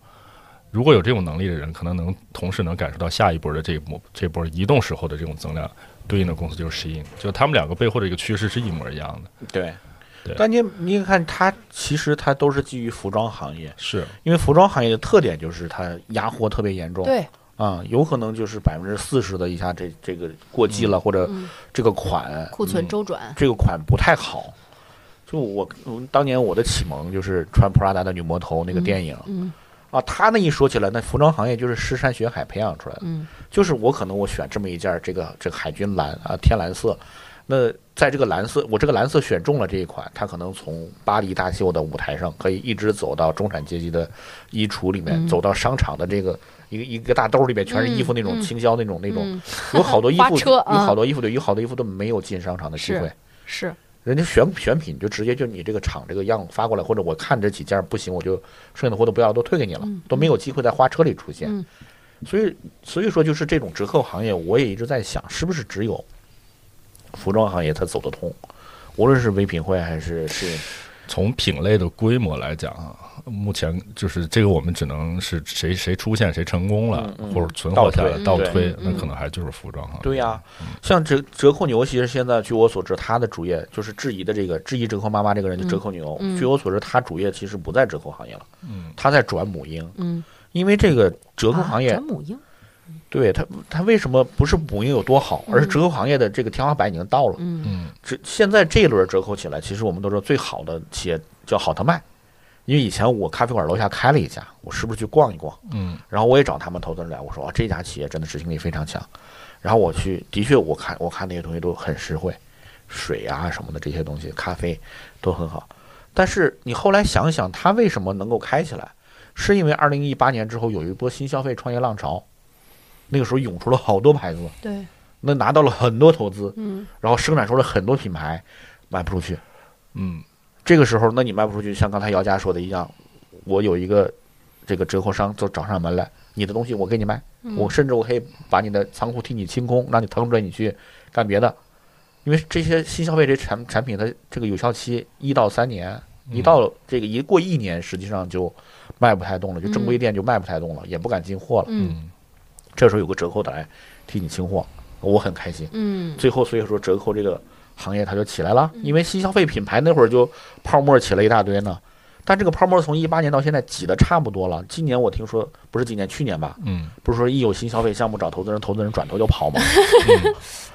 如果有这种能力的人，可能能同时能感受到下一波的这一波这波移动时候的这种增量，对应的公司就是适应，就他们两个背后的一个趋势是一模一样的。对对。但你你看，它其实它都是基于服装行业，是，因为服装行业的特点就是它压货特别严重，对，啊、有可能就是百分之四十的一下这这个过季了，或者嗯这个款库存周转，这个款不太好。就我我当年我的启蒙就是穿 Prada 的女魔头那个电影、嗯啊，她那一说起来，那服装行业就是尸山血海培养出来的。嗯就是我可能我选这么一件儿这个这个海军蓝啊天蓝色，那在这个蓝色我这个蓝色选中了这一款，它可能从巴黎大秀的舞台上可以一直走到中产阶级的衣橱里面，嗯走到商场的这个一个一个大兜儿里面全是衣服那种嗯嗯倾销那种、那种，嗯，有好多衣花服车有好嗯多衣服对，有好多衣服都没有进商场的机是会。是人家选选品就直接就你这个厂这个样发过来，或者我看这几件不行，我就剩下的货都不要，都退给你了，嗯都没有机会在花车里出现。嗯所以所以说就是这种折扣行业，我也一直在想，是不是只有服装行业它走得通，无论是唯品会还是是从品类的规模来讲啊，目前就是这个，我们只能是谁谁出现谁成功了，嗯嗯或者存活下来倒倒推推嗯，那嗯可能还就是服装行业。对呀、嗯像折折扣牛，其实现在据我所知，他的主业就是质疑的这个质疑折扣妈妈这个人就折扣牛。嗯嗯据我所知，他主业其实不在折扣行业了，嗯他在转母婴，嗯，因为这个折扣啊行业、转母婴，对它，它为什么不是母婴有多好，而是折扣行业的这个天花板已经到了。嗯嗯，这现在这一轮折扣起来，其实我们都知道最好的企业叫好特卖，因为以前我咖啡馆楼下开了一家，我时不时去逛一逛，嗯，然后我也找他们投资人来，我说啊这家企业真的执行力非常强，然后我去的确我看我看那些东西都很实惠，水啊什么的这些东西，咖啡都很好，但是你后来想想，它为什么能够开起来，是因为二零一八年之后有一波新消费创业浪潮，那个时候涌出了好多牌子，对，那拿到了很多投资，嗯然后生产出了很多品牌，卖不出去。嗯，这个时候，那你卖不出去，像刚才姚佳说的一样，我有一个这个折扣商就找上门来，你的东西我给你卖，嗯我甚至我可以把你的仓库替你清空，让你腾出来你去干别的，因为这些新消费这产产品它这个有效期一到三年，嗯一到这个一过一年，实际上就卖不太动了，就正规店就卖不太动了，也不敢进货了。嗯嗯这时候有个折扣的来替你清货，我很开心。嗯最后所以说折扣这个行业它就起来了，因为新消费品牌那会儿就泡沫起了一大堆呢。但这个泡沫从一八年到现在挤得差不多了。今年我听说不是今年，去年吧，嗯，不是说一有新消费项目找投资人，投资人转头就跑吗？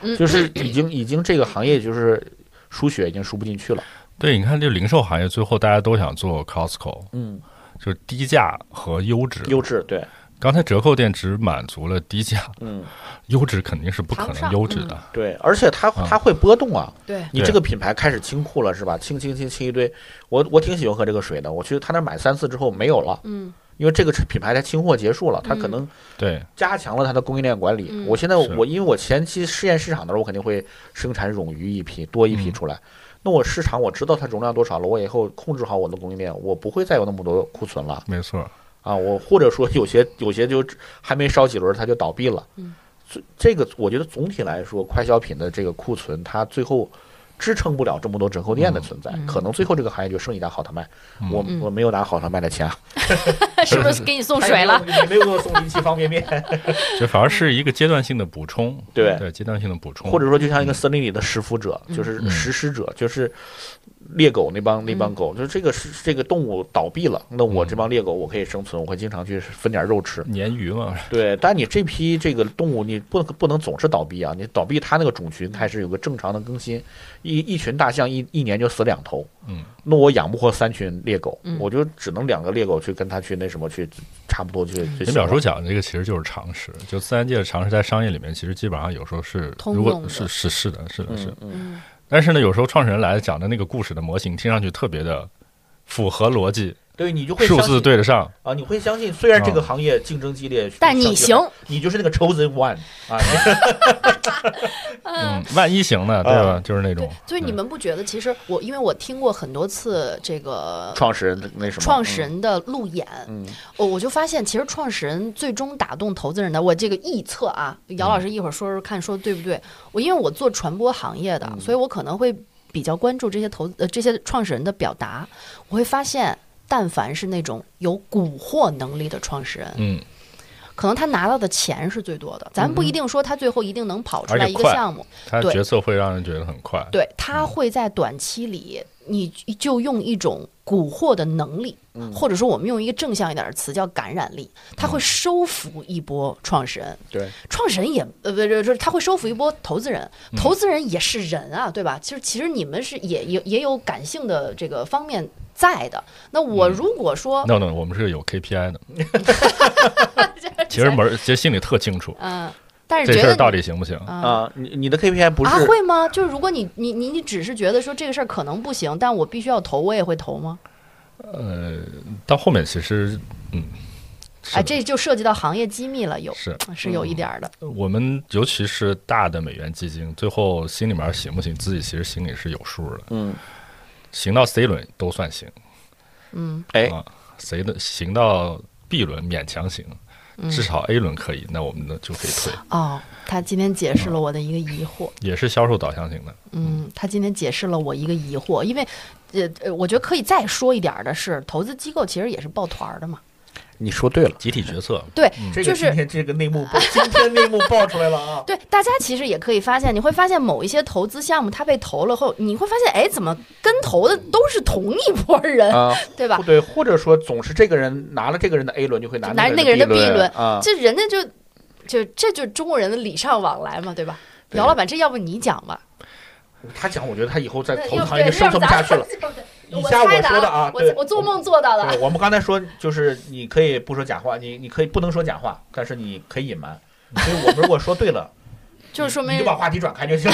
嗯就是已经已经这个行业就是输血已经输不进去了。对，你看这零售行业，最后大家都想做 Costco，嗯，就是低价和优质。优质对，刚才折扣店只满足了低价，嗯优质肯定是不可谈不上嗯能优质的。对，而且它它会波动啊。对，你对这个品牌开始清库了是吧？清清清清一堆，我我挺喜欢喝这个水的，我去他那儿买三次之后没有了，嗯 因为这个品牌它清货结束了，它可嗯能对，加强了它的供应链管理。嗯我现在是我因为我前期试验市场的时候，我肯定会生产冗余一批，多一批嗯出来。那我市场我知道它容量多少了，我以后控制好我的供应链，我不会再有那么多库存了没错。啊！我或者说有些有些就还没烧几轮它就倒闭了。嗯所以这个我觉得总体来说，快消品的这个库存它最后。支撑不了这么多折扣店的存在，嗯可能最后这个行业就剩一家好特卖。嗯我我没有拿好特卖的钱啊，是不是给你送水嗯了？你没有给我送一汽方便面，这反而是一个阶段性的补充，对阶段性的补充，或者说就像一个森林里的食腐者，嗯就是嗯食尸者，就是猎狗那帮那帮嗯狗，就是这个是这个动物倒闭了，那我嗯这帮猎狗我可以生存，我会经常去分点肉 吃。鲶鱼嘛，对，但你这批这个动物，你不能不能总是倒闭啊！你倒闭，它那个种群开始有个正常的更新，一一群大象一一年就死两头，嗯，那我养不活三群猎狗，嗯我就只能两个猎狗去跟它去那什么去，差不多去。去你表叔讲的这个其实就是常识，就自然界的常识在商业里面其实基本上有时候是，通如用的果是是是的，是的是的，嗯但是呢，有时候创始人来讲的那个故事的模型听上去特别的符合逻辑，对，你就会数相字信对得上，啊，你会相信，虽然这个啊行业竞争激烈，但你上去行了，你就是那个 chosen one 啊，嗯，万一行呢，对吧？就是那对种，，所以你们不觉得其实我，因为我听过很多次这个 创始人的那什么创始，人的路演，哦嗯我我就发现，其实创始人最终打动投资人的，我这个臆测啊，姚老师一会儿说说看，说对不对？我因为我做传播行业的，所以我可能会比较关注这些投呃这些创始人的表达，我会发现，但凡是那种有蛊惑能力的创始人，嗯，可能他拿到的钱是最多的，咱不一定说他最后一定能跑出而且来一个快项目，他对决策会让人觉得很快，对，嗯他会在短期里，你就用一种蛊惑的能力，嗯或者说我们用一个正向一点的词叫感染力，他会收服一波创始人，对，创始人也呃不是，就是他会收服一波投资人，嗯投资人也是人啊，对吧？其实其实你们是也也也有感性的这个方面在的。那嗯我如果说， no no，我们是有 KPI 的，其实门儿其实心里特清楚，嗯、但是觉这事得儿你到底行不行？啊啊，你你的 KPI 不是啊，会吗？就是如果你你你你只是觉得说这个事儿可能不行，但我必须要投，我也会投吗？呃，到后面其实，嗯，是哎，的这就涉及到行业机密了，有是是有一点儿的，我们尤其是大的美元基金，最后心里面行不行，自己其实心里是有数的。嗯，行到 C 轮都算行，嗯哎啊，谁的行到 B 轮勉强行，嗯至少 A 轮可以，那我们呢就可以 退，哦，他今天解释了我的一个疑惑，也是销售导向型的。嗯，他今天解释了我一个疑惑，因为，呃呃，我觉得可以再说一点儿的是，投资机构其实也是抱团儿的嘛，你说对了，集体决策，对，这就个是，今天这个内幕爆，今天内幕爆出来了啊对，大家其实也可以发现，你会发现某一些投资项目它被投了后，你会发现，哎，怎么跟投的都是同一波人， 啊， 对吧不？对，或者说总是这个人拿了这个人的 A 轮，就会拿就拿那那个人的 B 轮啊，这人家就就这就是中国人的礼尚往来嘛，对吧？对姚老板，这要不你讲吧？他讲，我觉得他以后在那投要资不行业对生存不下去了。。要不咱以下猜说的啊，我对，我做梦做到的对，。我们刚才说就是你可以不说假话，你你可以不能说假话，但是你可以隐瞒。所以我们如果说对了，就是说嗯你明就，把话题转开就行。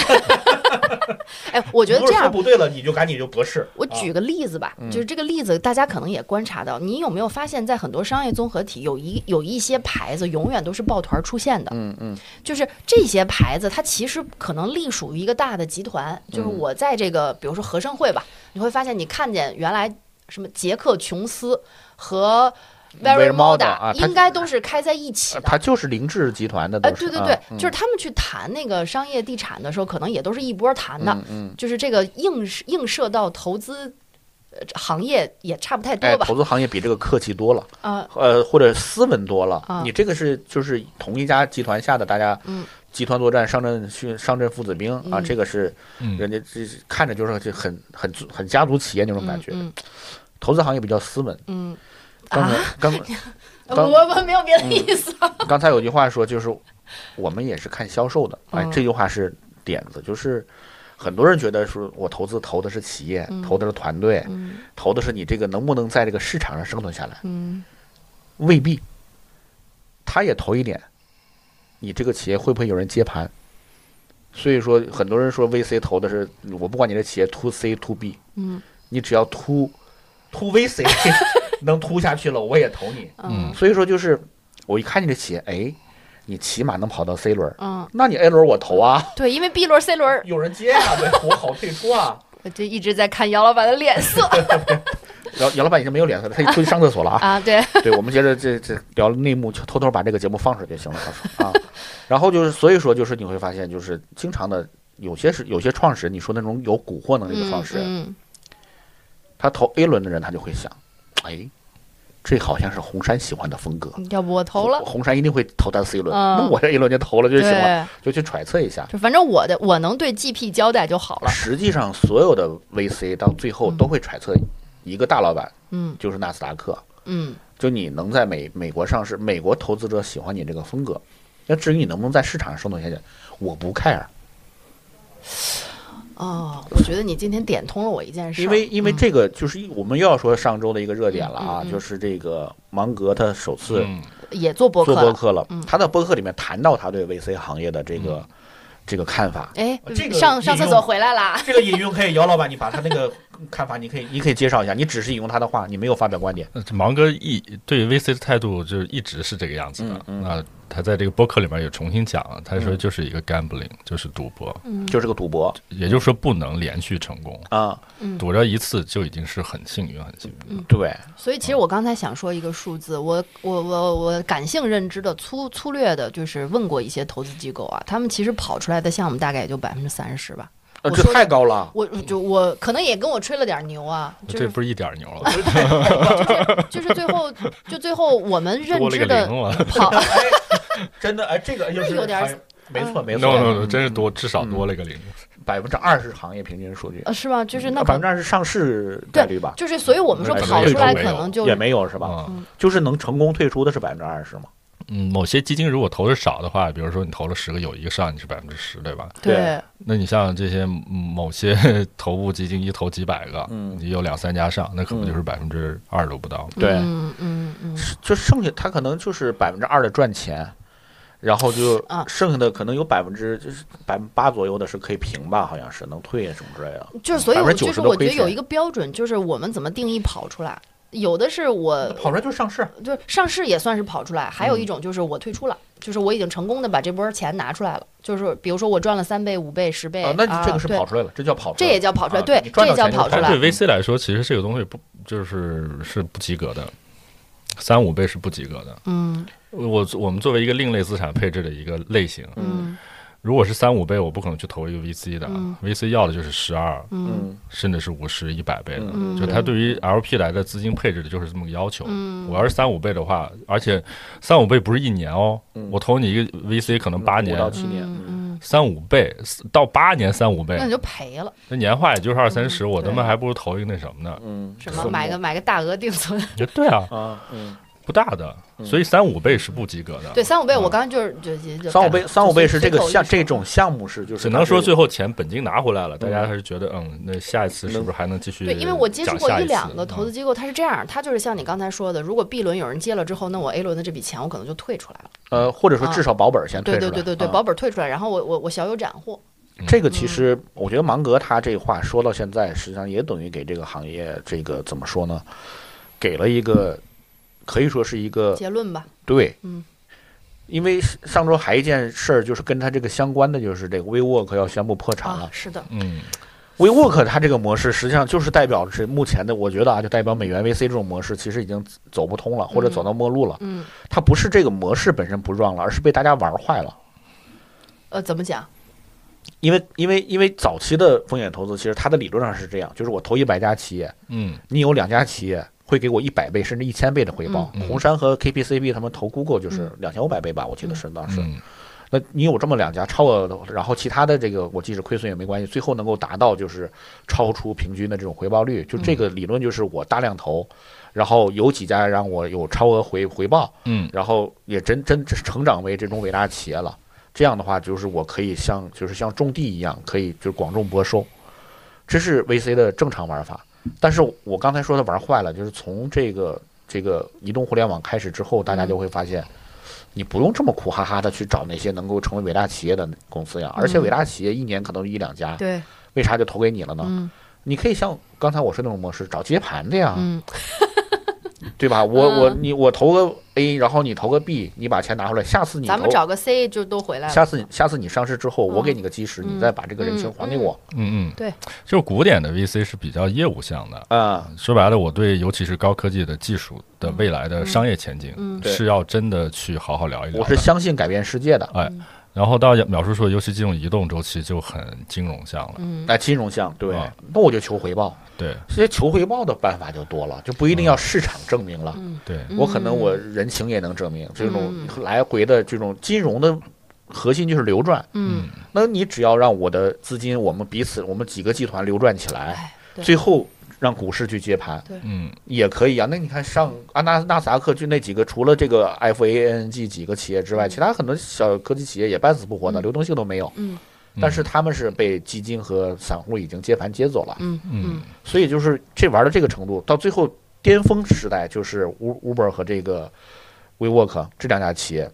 哎，我觉得如果这说嗯样，不对了，你就赶紧就啊博士。我举个例子吧，就是这个例子，大家可能也观察到，你有没有发现，在很多商业综合体有一有一些牌子永远都是抱团出现的，嗯嗯就是这些牌子它其实可能隶属于一个大的集团，就是嗯我在这个，比如说和盛会吧，你会发现你看见原来什么杰克琼斯和 Very Very Moda， Moda 啊它应该都是开在一起的，他就是凌志集团的哎，都是，啊嗯对对对，就是他们去谈那个商业地产的时候，可能也都是一波谈的，嗯，就是这个映映射到投资。呃行业也差不太多哎，吧投，资行业比这个客气多了，啊、呃，或者斯文多了啊。你这个是就是同一家集团下的，大家嗯集团作战、上阵训、上阵父子兵啊，嗯这个是嗯人家这是看着就是就很很很家族企业那种感觉。嗯投资行业比较斯文，嗯，刚才、 刚嗯当我我没有别的意思。 刚才有句话说，就是我们也是看销售的。哎，嗯这句话是点子，就是很多人觉得说我投资投的是企业，嗯投的是团队，嗯投的是你这个能不能在这个市场上生存下来，嗯未必。他也投一点，你这个企业会不会有人接盘？所以说，很多人说 VC 投的是我不管你的企业 to C to B，嗯你只要 to to VC 能 to 下去了，我也投你。嗯所以说就是我一看你这企业，哎，你起码能跑到 C 轮儿，嗯，那你 A 轮儿我投啊，对，因为 B 轮、C 轮，有人接啊，对，我好退出啊。我就一直在看姚老板的 脸色姚姚老板已经没有脸色了，他出去上厕所了 啊。啊。对，对，我们接着这这聊内幕，就偷偷把这个节目放出来就行了，到时候啊。然后就是，所以说就是你会发现，就是经常的有些是有些创始人，你说那种有蛊惑能力的创始人，嗯他投 A 轮的人，他就会想，哎，这好像是红杉喜欢的风格。嗯，要不我投了。红杉一定会投他 C 轮，嗯那我这 A 轮就投了就行了，对，就去揣测一下。就反正我的我能对 GP 交代就好了。实际上，所有的 VC 到最后都会揣测一个大老板，嗯就是纳斯达克。嗯就你能在美美国上市，美国投资者喜欢你这个风格。那至于你能不能在市场上生存下去，我不 care，哦，我觉得你今天点通了我一件事儿，因为因为嗯这个就是我们又要说上周的一个热点了啊，嗯嗯嗯就是这个芒格他首次嗯也做播做客播了。客了，嗯他在播客里面谈到他对 VC 行业的这个、这个看法。哎这，个上上厕应所用回来啦。这个引用可以，姚老板，你把他那个看法，你可以你可以介绍一下，你只是引用他的话，你没有发表观点。那这呃芒哥一对 VC 的态度就是一直是这个样子的。嗯嗯那他在这个播客里面也重新讲了，他说嗯就是一个 gambling，、就是赌博，嗯就是个赌博也就是说不能连续成功，啊、嗯赌着一次就已经是很幸运、很幸运了。对，所以其实我刚才想说一个数字，我我我我感性认知的粗粗略的，就是问过一些投资机构啊，他们其实跑出来的项目大概也就百分之三十吧。呃我这说太高了。我就我可能也跟我吹了点牛啊，就这是不是一点儿牛了，就是最后就最后我们认多了一知个的零了。跑，真的，哎，这 个就是有点儿嗯好像没错没 no 错嗯 no no，真是多，至少多了一个零。百分之二十行业平均数据，嗯呃是吧？就是百那可分之二十上市概对率吧，就是所以我们说哎跑对出来都可没有能就也没有是吧？嗯就是能成功退出的是百分之二十嘛？嗯，某些基金如果投的少的话，比如说你投了十个，有一个上，你是百分之十，对吧？对嗯对那你像这些嗯某些头部基金一投几百个，嗯你有两三家上，那可能嗯就是百分之二都不到。对嗯嗯嗯，就剩下他可能就是百分之二的赚钱，然后就啊剩下的可能有百分之就是百分之八左右的是可以平吧，好像是能退什么之类的。就是所以90%我就是都我觉亏得有钱一个标准，就是我们怎么定义跑出来。有的是我跑出来就上市，就是上市也算是跑出来，还嗯有一种就是我退出了，就是我已经成功的把这波钱拿出来了，就是比如说我赚了三倍、五倍、十倍，啊，那你这个是对跑出来了，这叫跑出来了，这也叫跑出来，啊对你，这赚也到叫钱就跑出跑来出对来。 VC 来说，其实这个东西不就是是不及格的，三五倍是不及格的。嗯我我们作为一个另类资产配置的一个类型，嗯如果是三五倍，我不可能去投一个 VC 的、啊嗯 v c 要的就是十二，嗯嗯甚至是五十、一百倍的。嗯嗯，就它对于 LP 来的资金配置的就是这么个要求。嗯我要是三五倍的话，而且三五倍不是一年哦，嗯我投你一个 VC 可能八五年，到七年，嗯嗯嗯，三五倍四到八年三五倍那，你就嗯赔了，那年化也就是二三十，我他对妈还不如投一个那什么呢？嗯，什么买分个买个大额定存，也对啊，母啊，嗯。不大的，所以三五倍是不及格的。对，三五倍，我嗯刚才就是就就就三五倍，就三五倍是这个随口一项说这种项目是就是只能说最后后钱本金拿回来了，大家还是觉得嗯，那下一次是不是还能继续？对，因为我接触过一两个嗯投资，机构，它是这样，它就是像你刚才说的，如果 B 轮有人接了之后，那我 A 轮的这笔钱我可能就退出来了。呃，或者说至少保本先退啊出对对来。对对对，啊嗯保本嗯退出来，然后我我我小有斩获。这个其实我觉得芒格他这话说到现在，实际上也等于给这个行业这个怎么说呢，给了一个可以说是一个结论吧，对，嗯，因为上周还一件事儿就是跟他这个相关的，就是这个 WeWork 要宣布破产啊了，。是的，嗯， WeWork 它这个模式实际上就是代表是目前的，我觉得啊，就代表美元 VC 这种模式其实已经走不通了，或者走到末路了。嗯，它不是这个模式本身不 run 了，而是被大家玩坏了。呃，怎么讲？因为因为因为早期的风险投资，其实它的理论上是这样，就是我投一百家企业，嗯你有两家企业会给我一百倍甚至一千倍的回报。嗯嗯红杉和 KPCB 他们投 Google 就是两千五百倍吧，我记得是当时。嗯那你有这么两家超额的，然后其他的这个我即使亏损也没关系，最后能够达到就是超出平均的这种回报率，就这个理论就是我大量投，然后有几家让我有超额回回报，嗯，然后也真真成长为这种伟大企业了。这样的话，就是我可以像就是像种地一样，可以就是广种播收，这是 VC 的正常玩法。但是我刚才说的玩坏了，就是从这个这个移动互联网开始之后，大家就会发现，你不用这么苦哈哈的去找那些能够成为伟大企业的公司呀，而且伟大企业一年可能一两家，嗯对，为啥就投给你了呢？嗯你可以像刚才我说那种模式，找接盘的呀，嗯，对吧？我我嗯你我投个 A，然后你投个 B，你把钱拿回来，下次你咱们投找个 C 就都回来了。下次你下次你上市之后，我嗯给你个基石，嗯你再把这个人情还给我。嗯嗯，对，就是古典的 VC 是比较业务向的。嗯啊、说白了，我对尤其是高科技的技术的未来的商业前景，对是要真的去好好聊一聊我是的。相信改变世界的。然后到淼叔说，尤其这种移动周期就很金融向嗯了。那哎金融项对啊，那我就求回报。对这些求回报的办法就多了，就不一定要市场证明了。嗯对，我可能我人情也能证明，这种来回的这种金融的核心就是流转。嗯，那你只要让我的资金，我们彼此我们几个集团流转起来，哎，对最后让股市去接盘嗯也可以啊。那你看上啊纳纳斯达克就那几个，除了这个 FANG 几个企业之外，其他很多小科技企业也半死不活的，流动性都没有。嗯，但是他们是被基金和散户已经接盘接走了。嗯嗯所以就是这玩到这个程度，到最后巅峰时代就是 U- Uber 和这个 WeWork 这两家企业，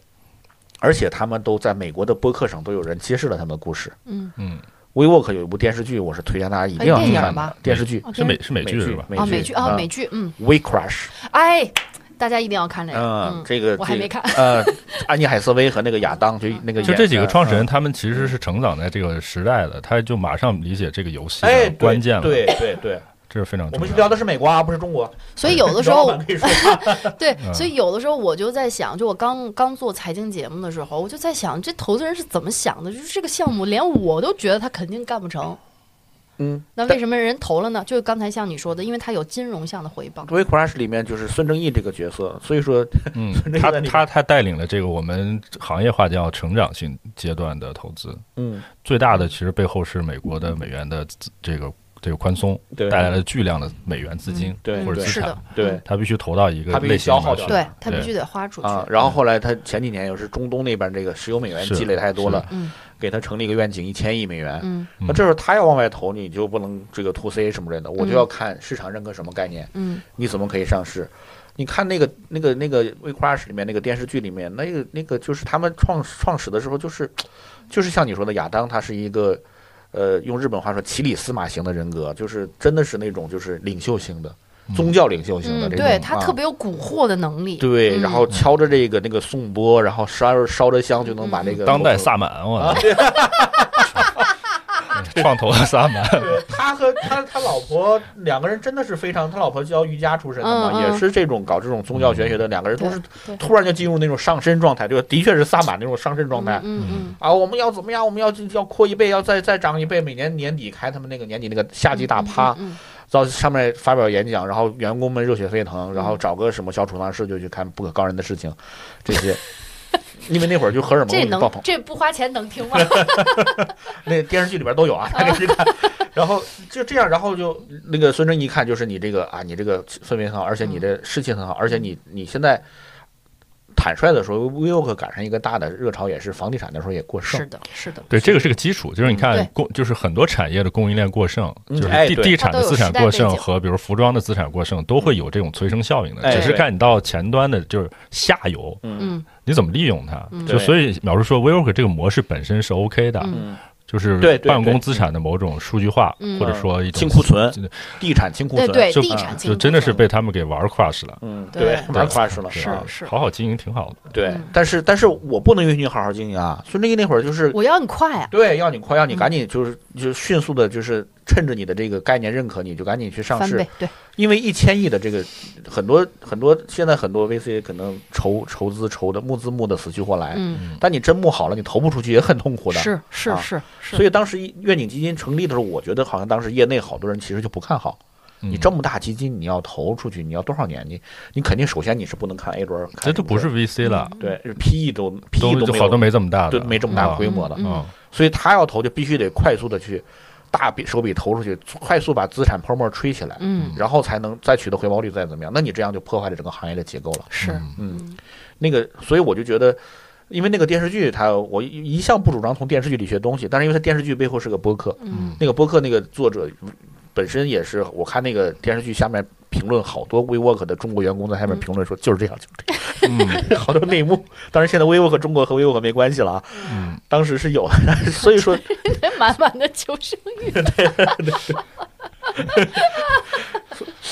而且他们都在美国的播客上都有人揭示了他们的故事。嗯嗯， WeWork 有一部电视剧，我是推荐大家一定要去哎电看影吧的电视剧， ，OK 是美哦是美剧是吧？美啊，剧美剧啊，美剧，嗯， We Crash，哎，大家一定要看这个，嗯嗯，，这个我 还没看，嗯这个呃，安妮海瑟薇和那个亚当就那个就演这几个创始人，嗯他们其实是成长在这个时代的，他就马上理解这个游戏哎的对关键了，嗯对对对，这是非常我重们要聊的。的是美国啊，不是中国。所以有的时候老板可 以说对，所以有的时候我就在想，就我刚刚做财经节目的时候，我就在想，这投资人是怎么想的？就是这个项目，连我都觉得他肯定干不成，嗯，那为什么人投了呢？就是刚才像你说的，因为他有金融项的回报。 《We Crash》里面就是孙正义这个角色，所以说 嗯这个，他在里面他他带领了这个我们行业化叫成长性阶段的投资，嗯，最大的其实背后是美国的美元的资这个这个宽松对嗯带来了巨量的美元资金对或者对嗯资是产的，，对他必须投到一他个必须类型消耗里面掉去。对他必须得花出去。啊，然后后来他前几年又是中东那边这个石油美元嗯是积累太多了是嗯，给他成立一个愿景一千亿美元。嗯那这时候他要往外投，你就不能这个 to C 什么类的，我就嗯要看市场认可什么概念，嗯你怎么可以上市？你看那个那个那个《We Crash》里面那个电视剧里面，那个那个就是他们创创始的时候，就是就是像你说的亚当，他是一个呃用日本话说骑里司马型的人格，就是真的是那种就是领袖型的宗教领袖型的嗯，这种，对他啊特别有蛊惑的能力。对，然嗯后敲着这个那个颂钵，然后烧着烧着香就能把这个嗯当代萨满，我操 创投的萨满，对他和他他老婆两个人真的是非常，他老婆教瑜伽出身的嘛，嗯嗯也是这种搞这种宗教玄学的，两个人都是对对突然就进入那种上身状态，就的确是萨满那种上身状态。嗯嗯啊，我们要怎么样？我们要要扩一倍，要再再涨一倍。每年年底开他们那个年底那个夏季大趴，嗯到上面发表演讲，然后员工们热血沸腾，然后找个什么小储藏室就去看不可告人的事情，这些，因为那会儿就荷尔 这蒙爆能棚，这不花钱能 听吗？那电视剧里边都有啊，大家可 以看。然后就这样，然后就那个孙正义一看就是你这个啊，你这个氛围很好，而且你嗯的士气很好，而且你你现在坦率的说，WeWork 赶上一个大的热潮，也是房地产那时候也过剩是，的，是的，对，这个是个基础，就是你看对供，就是很多产业的供应链过剩，嗯就是哎地对地产的资产过它都有时代剩背景和比如服装的资产过剩，都会有这种催生效应的。哎只是对看你到前端的，就是下游嗯嗯你怎么利用它。就对所以，秒叔说 WeWork 这个模式本身是 OK 的，嗯嗯，就是对对办公对资产的某种数据化，嗯或者说一种清库存就，地产清库对存，啊对，就地产就经济真的是被他们给玩 crush 了。嗯，对对，玩 crash 了，是啊是好好经营挺好的。对嗯。但是但是我不能允许你好好经营啊，孙正义那会儿就是我要你快啊，对，要你快，要你嗯赶紧，就是就是迅速的，就是趁着你的这个概念认可，你就赶紧去 上翻市倍，，对，因为一千亿的这个很多很多，现在很多 VC 可能筹筹资筹的募资募的死去活来，嗯，但你真募好了，你哎投不出去也很痛苦的。，是是啊是是，所以当时愿景基金成立的时候，我觉得好像当时业内好多人其实就不看好，嗯你这么大基金，你要投出去，你要多少年？你你肯定首先你是不能看 A 轮儿，看这都不是嗯 VC 了，对是 PE 都 PE 都没好有多没这么大的，对没这么大啊规模的，嗯嗯，所以他要投就必须得快速的去大笔手笔投出去，快速把资产泡沫吹起来，嗯，然后才能再取得回报率再怎么样。那你这样就破坏了整个行业的结构了。嗯嗯是，嗯那个，所以我就觉得，因为那个电视剧它，我一一向不主张从电视剧里学东西，但是因为它电视剧背后是个播客，嗯那个播客那个作者本身也是，我看那个电视剧下面评论好多 WeWork 的中国员工在下面评论说就是这样，就是这样，好多内幕。当然现在 WeWork 中国和 WeWork 没关系了啊，嗯当时是有的，但是所以说嗯 满满的求生欲，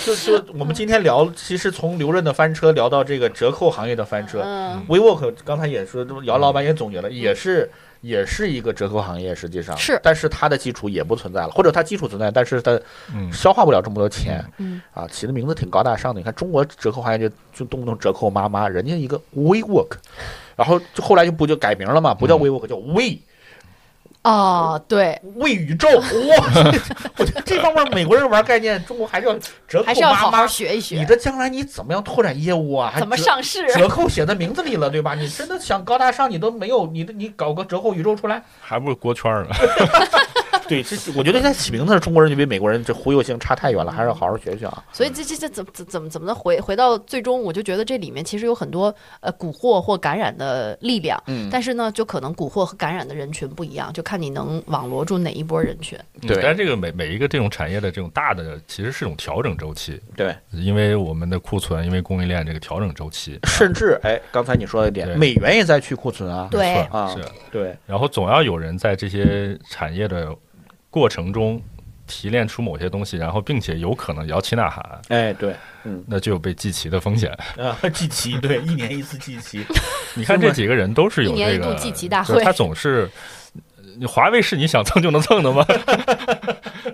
就就我们今天聊，其实从刘润的翻车聊到这个折扣行业的翻车，嗯， WeWork 刚才也说，姚老板也总结了，也是也是一个折扣行业，实际上是但是它的基础也不存在了，或者它基础存在，但是它嗯消化不了这么多钱。嗯啊，起的名字挺高大上的，你看中国折扣行业就就动不动折扣妈妈，人家一个 WeWork，然后就后来就不就改名了嗯嘛，不叫 WeWork，叫 We 哦，对， We 宇 宙。哇，我觉得这方面美国人玩概念，中国还是要折还扣是要妈好妈好。学一学你，这将来你怎么样拓展业务啊？还怎么折上 市？折扣写在名字里了，对吧？你真的想高大上，你都没有，你你搞个折扣宇宙出来？还不如国圈呢。 对，这我觉得在起名字上，中国人就比美国人这忽悠性差太远了，还是要好好学学啊。所以这这这怎怎怎么怎么的回回到最终，我就觉得这里面其实有很多呃蛊惑或感染的力量，嗯但是呢，就可能蛊惑和感染的人群不一样，就看你能网罗住哪一波人群。 对但是这个每每一个这种产业的这种大的其实是一种调整周期，对，因为我们的库存，因为供应链这个调整周期，甚至哎，刚才你说的一点，对美元也在去库存啊。对没错啊是。对然后总要有人在这些产业的过程中提炼出某些东西，然后并且有可能摇旗呐喊，哎对那就有被祭旗的风 险。啊， 季旗对，一年一次季 旗，你看这几个人都是有一年这一度个，祭旗大就是会他总是。你华为是你想蹭就能蹭的 吗？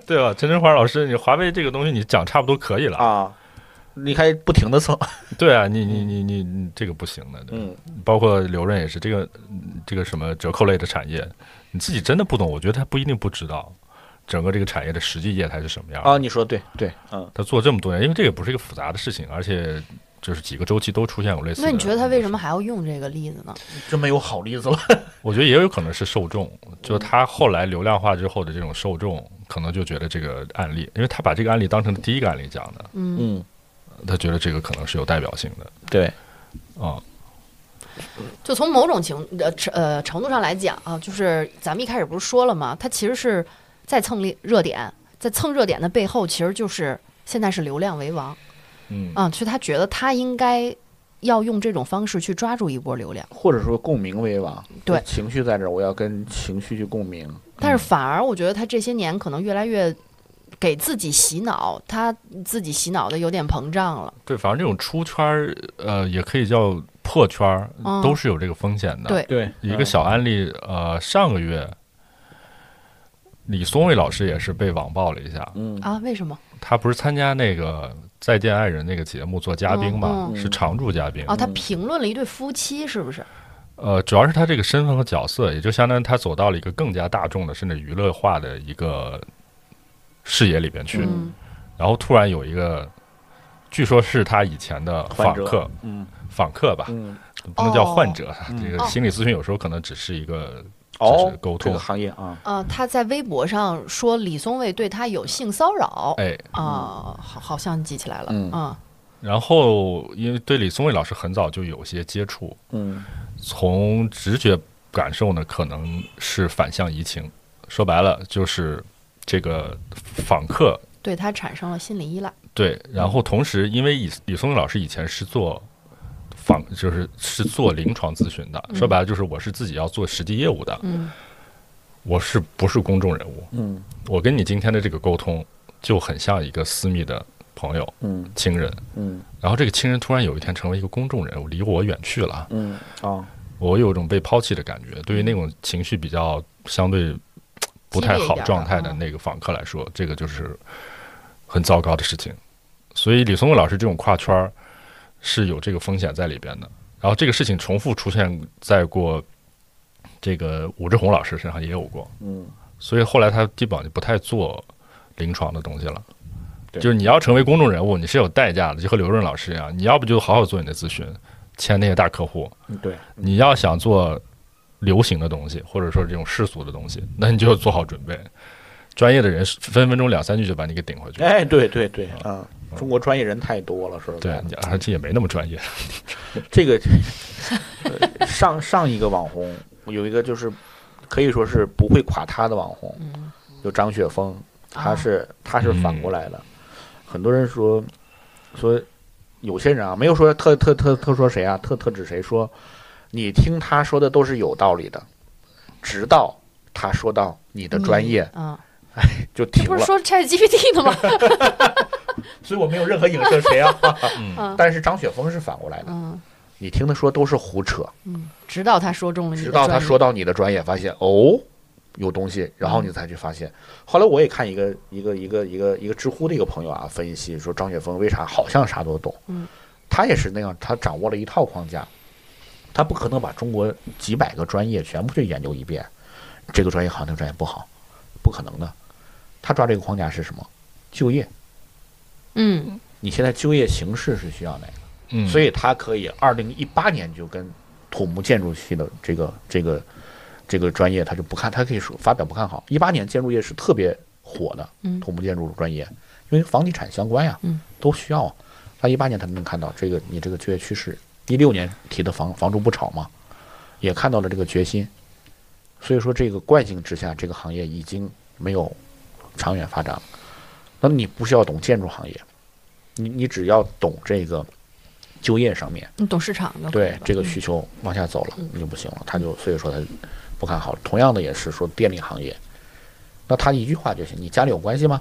对吧？陈春华老师，你华为这个东西你讲差不多可以了。啊，你还不停的蹭，对啊，你你你你你这个不行的。对吧嗯，包括刘润也是，这个嗯这个什么折扣类的产业，你自己真的不懂，我觉得他不一定不知道整个这个产业的实际业态是什么样哦的。啊，你说对对，嗯，他做这么多年，因为这个不是一个复杂的事情，而且就是几个周期都出现过类似的。那你觉得他为什么？还要用这个例子呢？嗯真没有好例子了。我觉得也有可能是受众，就是他后来流量化之后的这种受众，可能就觉得这个案例，因为他把这个案例当成第一个案例讲的，嗯，嗯，他觉得这个可能是有代表性的对，啊、就从某种情呃程呃程度上来讲啊，就是咱们一开始不是说了吗？它其实是在蹭热热点，在蹭热点的背后，其实就是现在是流量为王。嗯啊，所以他觉得他应该要用这种方式去抓住一波流量，或者说共鸣为王，对情绪在这儿，我要跟情绪去共鸣。但是反而我觉得他这些年可能越来越给自己洗脑，他自己洗脑的有点膨胀了。对，反正这种出圈儿，呃，也可以叫破圈儿，嗯都是有这个风险的。对对，一个小案例，呃，上个月李松蔚老师也是被网暴了一下。嗯，啊？为什么？他不是参加那个《再见爱人》那个节目做嘉宾嘛，嗯嗯是常驻嘉宾。啊，他评论了一对夫妻，是不是？呃，主要是他这个身份和角色，也就相当于他走到了一个更加大众的，甚至娱乐化的一个视野里边去。嗯然后突然有一个，据说是他以前的患访者客，嗯访客吧，嗯，不能叫患者，嗯这哦个心理咨询有时候可能只是一个，哦这是，沟这通个行业啊，啊，他在微博上说李松蔚对他有性骚扰。哎，啊，好，好像记起来了。嗯啊，然后因为对李松蔚老师很早就有些接触，嗯从直觉感受呢，可能是反向移情，说白了就是这个访客对他产生了心理依赖。对，然后同时因为李李松蔚老师以前是做。访就是是做临床咨询嗯的，说白了就是我是自己要做实际业务的，嗯我是不是公众人物？嗯我跟你今天的这个沟通就很像一个私密的朋友、嗯亲人，嗯然后这个亲人突然有一天成为一个公众人物，离我远去了，嗯，啊，我有一种被抛弃的感觉。对于那种情绪比较相对不太好状态的那个访客来说，这个就是很糟糕的事情。所以李松蔚老师这种跨圈儿是有这个风险在里边的。然后这个事情重复出现在过这个武志红老师身上也有过，嗯所以后来他基本上就不太做临床的东西了，对就是你要成为公众人物，你是有代价的，就和刘润老师一样，你要不就好好做你的咨询，签那些大客户，对，你要想做流行的东西，或者说这种世俗的东西， 那你就做好准备。专业的人分分钟两三句就把你给顶回去，哎，对对对，啊，中国专业人太多了，是吧？对，你而且也没那么专业。这个呃上上一个网红有一个就是可以说是不会垮塌的网红，嗯就张雪峰，他啊是嗯他是反过来的。很多人说说有些人啊，没有说特特特特说谁啊，特特指谁说，你听他说的都是有道理的，直到他说到你的专业嗯，就这停不是了。说 Chat GPT 的吗？所以我没有任何影射谁 啊，嗯，但是张雪峰是反过来的，嗯你听他说都是胡扯。嗯，直到他说中了你直的到专业，他说到你的专业，发现哦，有东西，然后你才去发嗯现。后来我也看一个一个一个一个一个知乎的一个朋友啊，分析说张雪峰为啥好像啥都懂，嗯他也是那样，他掌握了一套框架，他不可能把中国几百个专业全部去研究一遍，这个专业好，那个专业不好，不可能的。他抓这个框架是什么？就业，嗯你现在就业形势是需要哪个？嗯，所以他可以二零一八年就跟土木建筑系的这个这个这个专业，他就不看，他可以说发表不看好。一八年建筑业是特别火的，嗯土木建筑专业，因为房地产相关呀，嗯都需要啊。他一八年他能看到这个你这个就业趋势，一六年提的房房住不炒嘛，也看到了这个决心。所以说，这个惯性之下，这个行业已经没有长远发展了。那么你不需要懂建筑行业，你你只要懂这个就业上面，你懂市场就可以对了嗯这个需求往下走了，你就不行了。他就所以说他不看好。同样的也是说电力行业，那他一句话就行，你家里有关系吗？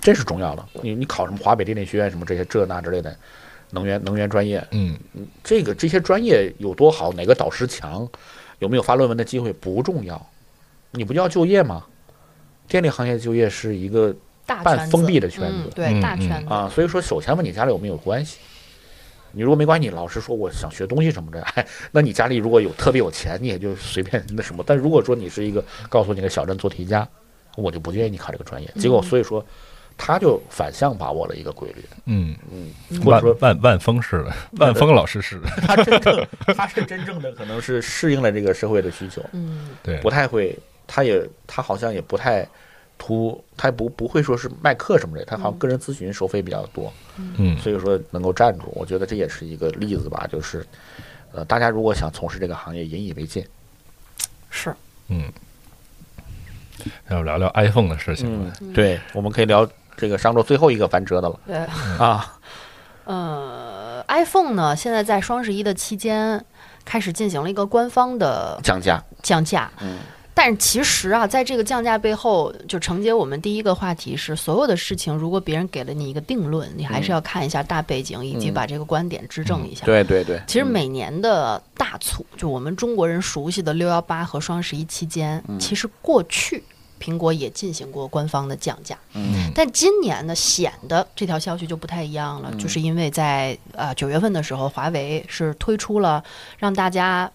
这是重要的。你你考什么华北电力学院什么这些这那之类的能源能源专业，嗯，这个这些专业有多好，哪个导师强，有没有发论文的机会不重要，你不就要就业吗？电力行业就业是一个大半圈封子闭的圈嗯子对大嗯嗯圈子，啊，所以说首先问你家里有没有关系。你如果没关系，你老师说我想学东西什么的， 哎，那你家里如果有特别有钱，你也就随便那什么。但如果说你是一个告诉你个小镇做题家，我就不建议你考这个专业。结果所以说，他就反向把握了一个规律，嗯，或者万说万万峰式的，万峰老师式的， 他真正他是真正的可能是适应了这个社会的需求，嗯对不，太会，他也他好像也不太突，他不不会说是卖课什么的，他好像个人咨询收费比较多。嗯所以说能够站住，我觉得这也是一个例子吧。就是，呃，大家如果想从事这个行业，引以为戒。是嗯，要不聊聊 iPhone 的事情吧？对，我们可以聊这个上周最后一个翻车的了嗯对。啊。呃，iPhone 呢，现在在双十一的期间开始进行了一个官方的 降价，降价。嗯但是其实啊，在这个降价背后，就承接我们第一个话题是，所有的事情，如果别人给了你一个定论，你还是要看一下大背景，以及嗯把这个观点支证一下。对对对， 其实嗯每年的大促，就我们中国人熟悉的六幺八和双十一期间，嗯其实过去苹果也进行过官方的降价，嗯但今年呢，显得这条消息就不太一样了，嗯就是因为在啊九、月份的时候，华为是推出了让大家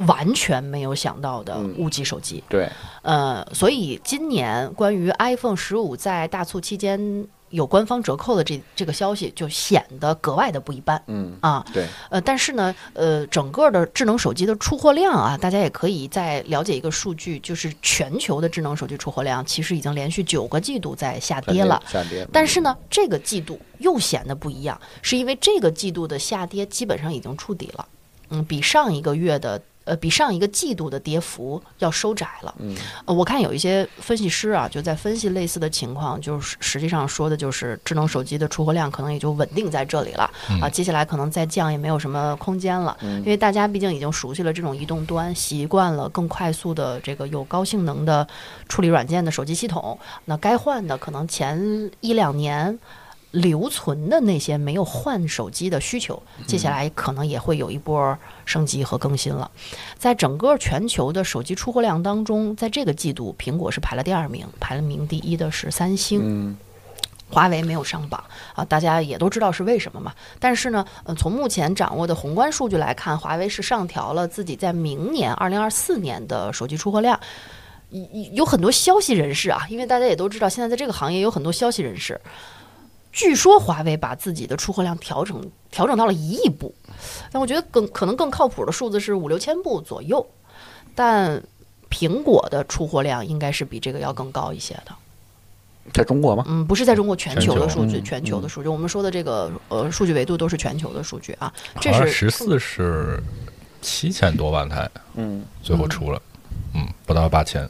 完全没有想到的嗯五 G 手机，对，呃，所以今年关于 iPhone 十五在大促期间有官方折扣的这这个消息，就显得格外的不一般嗯啊。对，呃，但是呢，呃，整个的智能手机的出货量啊，大家也可以再了解一个数据，就是全球的智能手机出货量其实已经连续九个季度在下跌了。下跌。但是呢，这个季度又显得不一样，是因为这个季度的下跌基本上已经触底了，嗯，比上一个月的呃，比上一个季度的跌幅要收窄了。嗯、呃，我看有一些分析师啊，就在分析类似的情况，就是实际上说的就是智能手机的出货量可能也就稳定在这里了、啊，接下来可能再降也没有什么空间了，因为大家毕竟已经熟悉了这种移动端，习惯了更快速的这个有高性能的处理软件的手机系统，那该换的可能前一两年留存的那些没有换手机的需求，接下来可能也会有一波升级和更新了。在整个全球的手机出货量当中，在这个季度，苹果是排了第二名，排了名第一的是三星。嗯华为没有上榜啊，大家也都知道是为什么嘛。但是呢，呃，从目前掌握的宏观数据来看，华为是上调了自己在明年二零二四年的手机出货量，有有很多消息人士啊，因为大家也都知道，现在在这个行业有很多消息人士。据说华为把自己的出货量调整调整到了一亿部，但我觉得更可能更靠谱的数字是五六千部左右，但苹果的出货量应该是比这个要更高一些的。在中国吗？嗯，不是在中国全球的全球数据，嗯全球的数据，我们说的这个呃数据维度都是全球的数据啊，这好像是十四是七千多万台，嗯，最后出了，嗯，不到八千。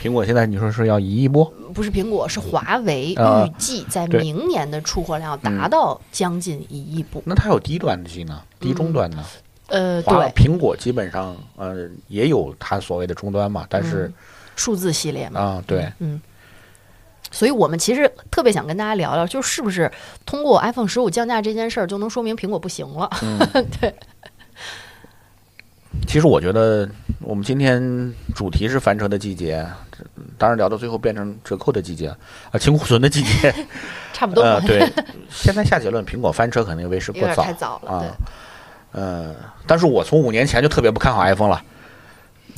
苹果现在你说是要一亿波？不是苹果，是华为，啊预计在对明年的出货量达到将近一亿部。那它有低端机呢，低中端呢？呃，华嗯对，苹果基本上呃也有它所谓的终端嘛，但是数字系列嘛，啊、对，所以我们其实特别想跟大家聊聊，就是不是通过 iPhone 十五降价这件事儿，就能说明苹果不行了？ 其实我觉得我们今天主题是翻车的季节，当然聊到最后变成折扣的季节啊、清库存的季节。 差不多呃，，吧对，现在下结论，苹果翻车肯定为时有过点早太早了。啊。呃，但是我从五年前就特别不看好 iPhone 了。嗯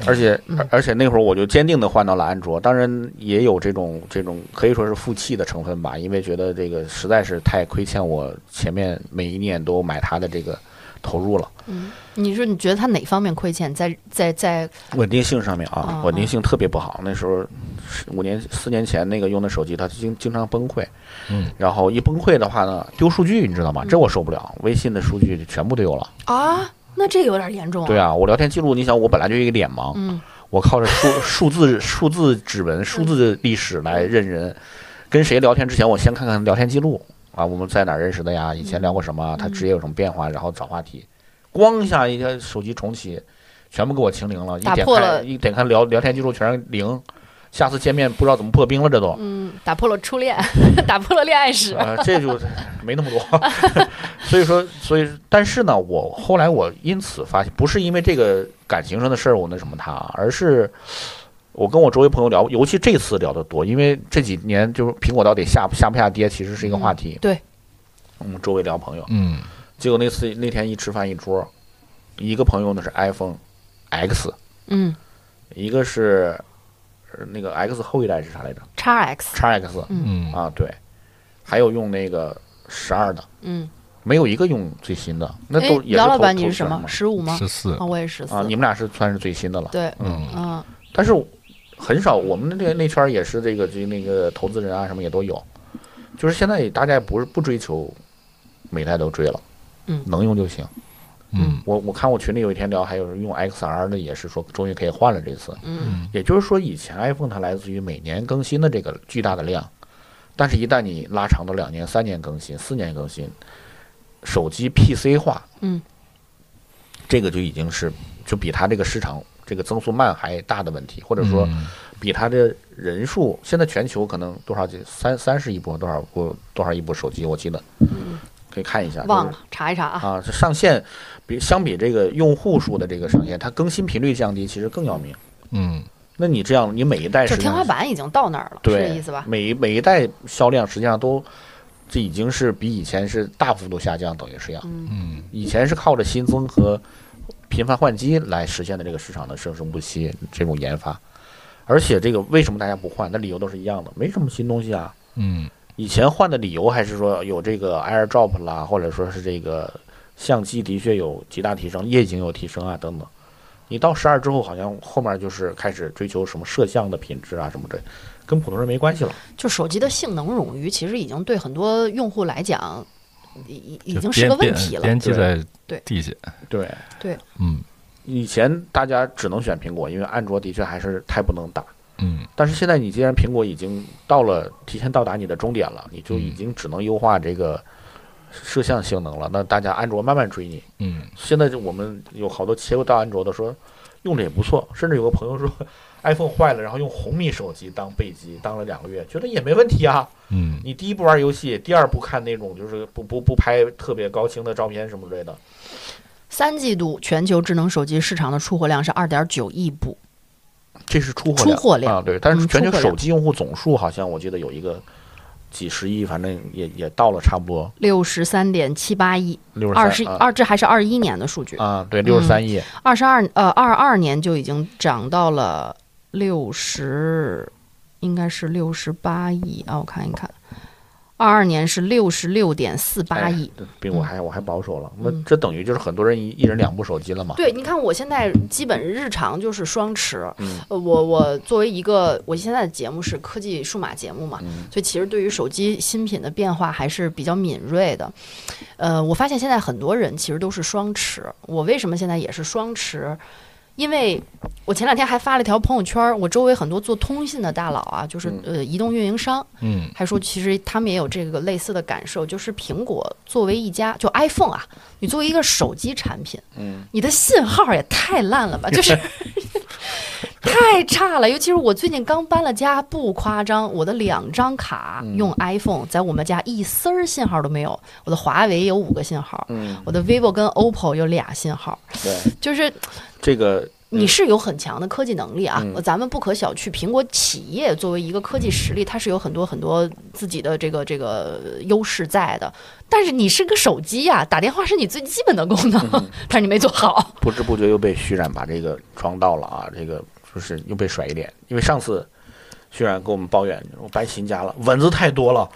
而且，而而且那会儿我就坚定的换到了安卓，当然也有这种这种可以说是负气的成分吧，因为觉得这个实在是太亏欠我前面每一年都买它的这个投入了。对，嗯你说你觉得它哪方面亏欠？在在在，稳定性上面啊嗯，稳定性特别不好。那时候是五年四年前那个用的手机，它经经常崩溃。嗯，然后一崩溃的话呢，丢数据，你知道吗？这我受不了，微信的数据全部丢了。啊，那这个有点严重、啊。对啊，我聊天记录，你想我本来就一个脸盲，嗯我靠着数 数字数字指纹、数字历史来认人。跟谁聊天之前，我先看看聊天记录啊，我们在哪儿认识的呀？以前聊过什嗯么？他职业有什么变化？然后找话题。咣一下，一下手机重启，全部给我清零了。一打点破开了一点开聊聊天记录全是零，下次见面不知道怎么破冰了，这都。嗯，打破了初恋， 打破了恋爱史。啊，这就没那么多， 所以说，所以，但是呢，我后来我因此发现，不是因为这个感情上的事儿我那什么他，而是我跟我周围朋友聊，尤其这次聊得多，因为这几年就是苹果到底下下不下跌，其实是一个话题。对，我们周围聊朋友，嗯，结果那次那天一吃饭一桌，一个朋友呢是 iPhone X，嗯一个是呃那个 X 后一代是啥来着，x X， x X 嗯啊，对，还有用那个十二的。嗯，没有一个用最新的，那哎都，也是姚老头板，你头是十什么嘛？十五吗？十四啊，，我也十四啊，。你们俩是算是最新的了。对，嗯，嗯但是很少，我们那那圈儿也是这个，就那个投资人啊什么也都有，就是现在大家也不是不追求每代都追了，嗯能用就行。嗯，我我看我群里有一天聊，还有人用 XR 的，也是说终于可以换了这次。嗯也就是说，以前 iPhone 它来自于每年更新的这个巨大的量，但是一旦你拉长到两年、三年更新、四年更新，手机 PC 化，嗯，这个就已经是就比它这个市场这个增速慢还大的问题，或者说嗯比它的人数，现在全球可能多少几三三十亿部多少部多少亿部手机，我记得，可以看一下，嗯忘就是了查一查啊。嗯啊，这上限比相比这个用户数的这个上限，它更新频率降低其实更要命。嗯，那你这样，你每一代就是天花板已经到那儿了，是对这意思吧？每一每一代销量实际上都这已经是比以前是大幅度下降，等于是要，嗯，以前是靠着新增和频繁换机来实现的这个市场的生生不息这种研发，而且这个为什么大家不换？那理由都是一样的，没什么新东西啊。嗯，以前换的理由还是说有这个 AirDrop 啦，或者说是这个相机的确有极大提升，夜景有提升啊等等。你到十二之后，好像后面就是开始追求什么摄像的品质啊什么这，跟普通人没关系了。就手机的性能冗余，其实已经对很多用户来讲，已已已就经是边个问边题了。边际在对地界，对，嗯以前大家只能选苹果，因为安卓的确还是太不能打。嗯但是现在你既然苹果已经到了提前到达你的终点了，你就已经只能优化这个摄像性能了。那大家安卓慢慢追你。嗯，现在就我们有好多切过到安卓的说用着也不错，甚至有个朋友说 iPhone 坏了，然后用红米手机当备机当了两个月，觉得也没问题啊。嗯你第一不玩游戏，第二不看那种就是不不不拍特别高清的照片什么之类的。三季度全球智能手机市场的出货量是二点九亿部，这是出货出货量啊，对，但是嗯全球出货量手机用户总数好像我记得有一个几十亿，反正也也到了差不多六十三点七八亿，六十二十啊二这还是二一年的数据，嗯啊，对，六十三亿，二十二呃二二年就已经涨到了六十，应该是六十八亿啊，我看一看，二二年是六十六点四八哎亿。对比嗯我还我还保守了。那嗯这等于就是很多人一一人两部手机了嘛？对，你看我现在基本日常就是双持。嗯呃，我我作为一个我现在的节目是科技数码节目嘛，嗯所以其实对于手机新品的变化还是比较敏锐的。呃，我发现现在很多人其实都是双持。我为什么现在也是双持？因为我前两天还发了一条朋友圈儿，我周围很多做通信的大佬啊，就是嗯呃移动运营商，嗯，还说其实他们也有这个类似的感受，就是苹果作为一家就 iPhone 啊，你作为一个手机产品，嗯，你的信号也太烂了吧，就是太差了。尤其是我最近刚搬了家，不夸张，我的两张卡用 iPhone 在我们家一丝儿信号都没有，我的华为有五个信号，嗯，我的 vivo 跟 OPPO 有俩信号，对，就是这个你是有很强的科技能力啊，嗯咱们不可小觑。苹果企业作为一个科技实力，它是有很多很多自己的这个这个优势在的。但是你是个手机呀、打电话是你最基本的功能， 但是你没做好。不知不觉又被徐冉把这个装到了啊，这个就是又被甩一脸，因为上次徐冉跟我们抱怨我搬新家了，蚊子太多了，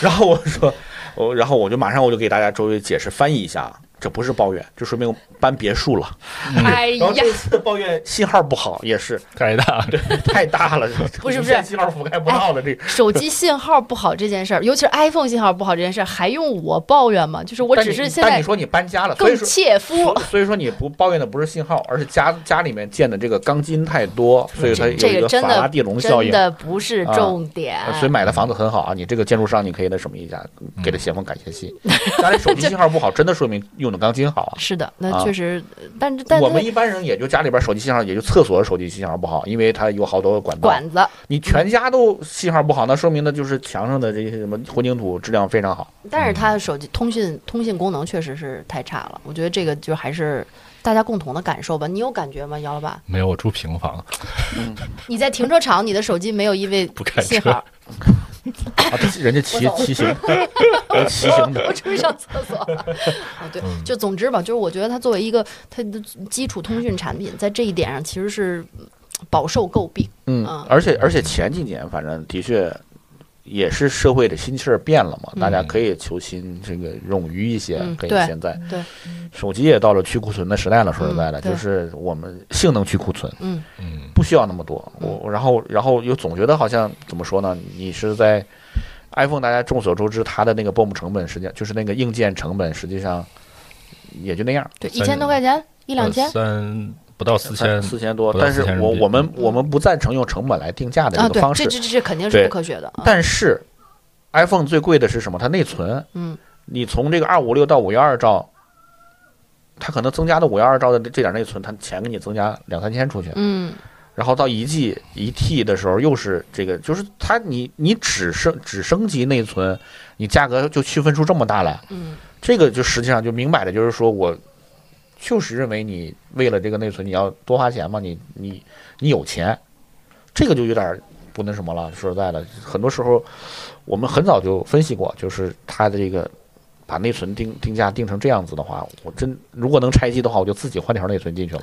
然后我说 我，然后我就马上我就给大家周围解释翻译一下啊，这不是抱怨，这说明我搬别墅了。哎然后呀，这次抱怨信号不好也是太大了，太大了，不是不是哎无线信号覆盖不到了，这个手机信号不好这件事儿， 尤其是 iPhone 信号不好这件事儿，还用我抱怨吗？就是我但只你是现但你在说你搬家了，所以更说。切肤所。所以说你不抱怨的不是信号，而是家家里面建的这个钢筋太多，所以它有这一个真法拉的第笼效真应。的不是重点，呃所以买的房子很好啊，你这个建筑商你可以那什么一下，嗯给他写封感谢信。家里手机信号不好，真的说明用的钢筋好啊。是的，啊那确实，但是但我是们一般人也就家里边手机信号，也就厕所手机信号不好，因为它有好多管道。管子，你全家都信号不好，那说明呢就是墙上的这些什么混凝土质量非常好。但是它的手机通讯通信功能确实是太差了，我觉得这个就还是大家共同的感受吧。你有感觉吗，姚老板？没有我住平房，你在停车场，你的手机没有因 为不开信车号，啊，这人家骑骑 行，骑行的我出去上厕所 了。啊，对，嗯就总之吧，就是我觉得它作为一个它的基础通讯产品，在这一点上其实是嗯饱受诟病。嗯嗯，而且而且前几年反正的确也是社会的心气儿变了嘛，大家可以求新，这个勇于一些嗯，跟对现在对手机也到了去库存的时代了。说实在的，嗯对就是我们性能去库存，嗯嗯，不需要那么多。我我然后然后又总觉得好像怎么说呢？你是在 iPhone，大家众所周知，它的那个 BOM 成本实际上就是那个硬件成本，实际上也就那样。对，一三千多块钱，一两千呃。三不到四千，呃四千多，不到但是4000人我民币我们我们不赞成用成本来定价的啊，这个对，方式这，这这这肯定是对不科学的啊。但是 iPhone 最贵的是什么？它内存。嗯，你从这个二五六到五幺二兆，它可能增加的五幺二兆的这点内存，它钱给你增加两三千出去。嗯，然后到一 G 一 T 的时候，又是这个，就是它你你只升只升级内存，你价格就区分出这么大来。嗯，这个就实际上就明摆着就是说我。就是认为你为了这个内存你要多花钱嘛，你你你有钱，这个就有点不那什么了。说实在的，很多时候我们很早就分析过，就是它的这个把内存定定价定成这样子的话，我真如果能拆机的话，我就自己换条内存进去了。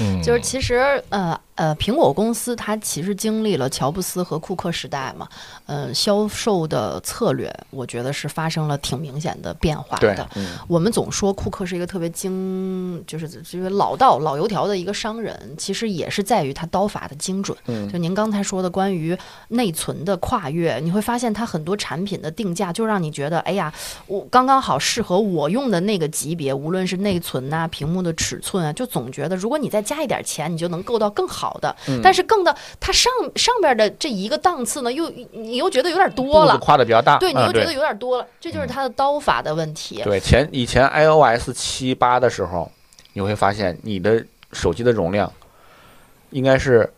嗯，就是其实呃呃，苹果公司它其实经历了乔布斯和库克时代嘛，呃，销售的策略我觉得是发生了挺明显的变 化的。嗯我们总说库克是一个特别精，就是就是老道老油条的一个商人，其实也是在于他刀法的精准。嗯就您刚才说的关于内存的跨越，你会发现它很多产品的定价就让你觉得，哎呀，我刚刚好适合我用的那个级别，无论是内存嗯呐、屏幕的尺寸啊，就总觉得如果你再加一点钱，你就能够到更好的。嗯但是更的，它上上边的这一个档次呢，又你又觉得有点多肚子了。跨的比较大，对，你嗯又觉得有点多了，这就是它的刀法的问题。对前以前 iOS 七八的时候，你会发现你的手机的容量应该是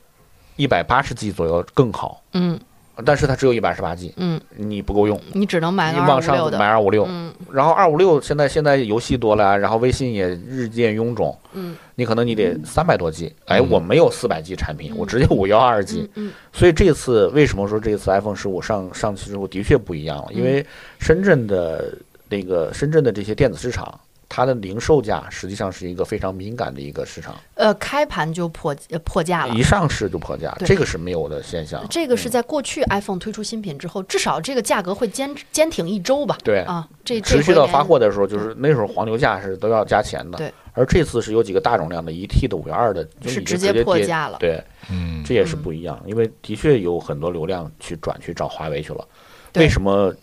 一百八十 G 左右更好，嗯但是它只有一百二十八 G，嗯，你不够用，你只能买你个往二五上六买的。二五六，嗯然后二五六现在现在游戏多了啊，然后微信也日渐臃肿，嗯，你可能你得三百多 G，哎，嗯我没有四百 G 产品，我直接五幺二 G，嗯嗯所以这次为什么说这次 iPhone 十五上上嗯去之后的确不一样了，因为深圳的那个深圳的这些电子市场它的零售价实际上是一个非常敏感的一个市场，呃，开盘就破呃破价了一。上市就破价，对这个是没有的现象。嗯这个是在过去 iPhone 推出新品之后，至少这个价格会坚坚挺一周吧？对啊，这这持续回到连发货的时候，就是那时候黄牛价是都要加钱的，对。而这次是有几个大容量的，一 T 的五幺二的，就已是经直接接破跌价了。对，嗯，这也是嗯不一样，因为的确有很多流量去转去找华为去了。对为什么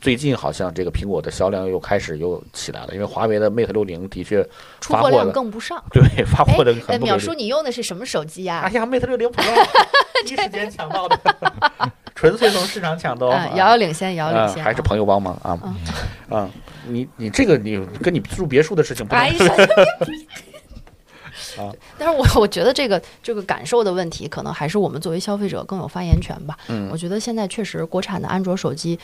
最近好像这个苹果的销量又开始又起来了？因为华为的 Mate 六零的 确出发货货量的更不上。对发哎货的，呃很不淼给叔，力。你用的是什么手机呀？哎呀，Mate 六零 Pro，一时间抢到的， 纯粹从市场抢到。嗯，遥遥领先，遥遥啊领先，还是朋友帮忙啊嗯啊！你你这个你跟你住别墅的事情不能哎呀，但是我我 觉得这个这个感受的问题，可能还是我们作为消费者更有发言权吧。嗯我觉得现在确实国产的安卓手机，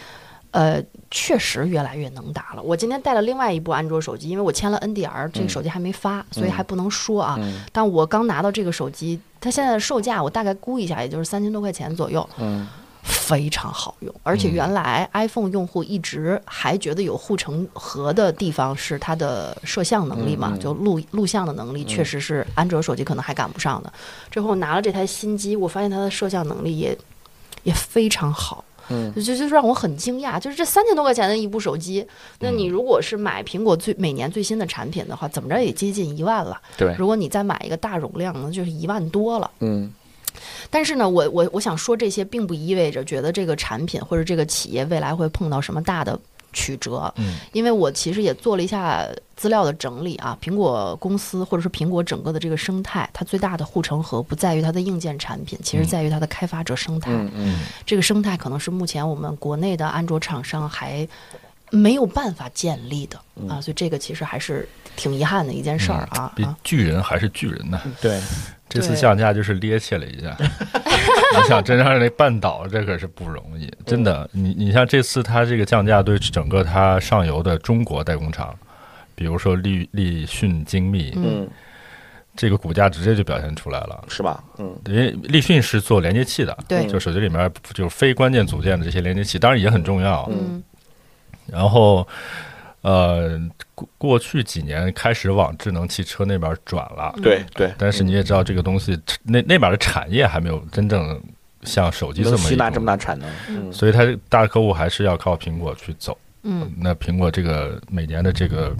呃，确实越来越能打了。我今天带了另外一部安卓手机，因为我签了 NDR，这个手机还没发，所以还不能说啊。嗯但我刚拿到这个手机，它现在的售价我大概估一下，也就是三千多块钱左右。嗯非常好用，而且嗯原来 iPhone 用户一直还觉得有护城河的地方是它的摄像能力嘛，嗯嗯嗯就录录像的能力确实是安卓手机可能还赶不上的。这后拿了这台新机，我发现它的摄像能力也也非常好。嗯就就就让我很惊讶，就是这三千多块钱的一部手机，那嗯你如果是买苹果最每年最新的产品的话，怎么着也接近一万了。对如果你再买一个大容量呢，就是一万多了。嗯但是呢，我我我想说这些，并不意味着觉得这个产品或者这个企业未来会碰到什么大的曲折。嗯，因为我其实也做了一下资料的整理啊，苹果公司或者是苹果整个的这个生态，它最大的护城河不在于它的硬件产品，其实在于它的开发者生态。嗯嗯这个生态可能是目前我们国内的安卓厂商还没有办法建立的啊，所以这个其实还是挺遗憾的一件事儿啊、比啊。巨人还是巨人呢。嗯对，这次对降价就是趔趄了一 下，你想真让人绊倒，这可是不容易，真的。你你像这次它这个降价对整个它上游的中国代工厂，比如说立立讯精密，嗯这个股价直接就表现出来了。是吧？嗯因为立讯是做连接器的，对就手机里面就是非关键组件的这些连接器，当然也很重要。嗯然后，呃，过过去几年开始往智能汽车那边转了，嗯对对，但是你也知道这个东西，那那边的产业还没有真正像手机这能么吸纳一种这么大产能，嗯所以它大客户还是要靠苹果去走。嗯，那苹果这个每年的这个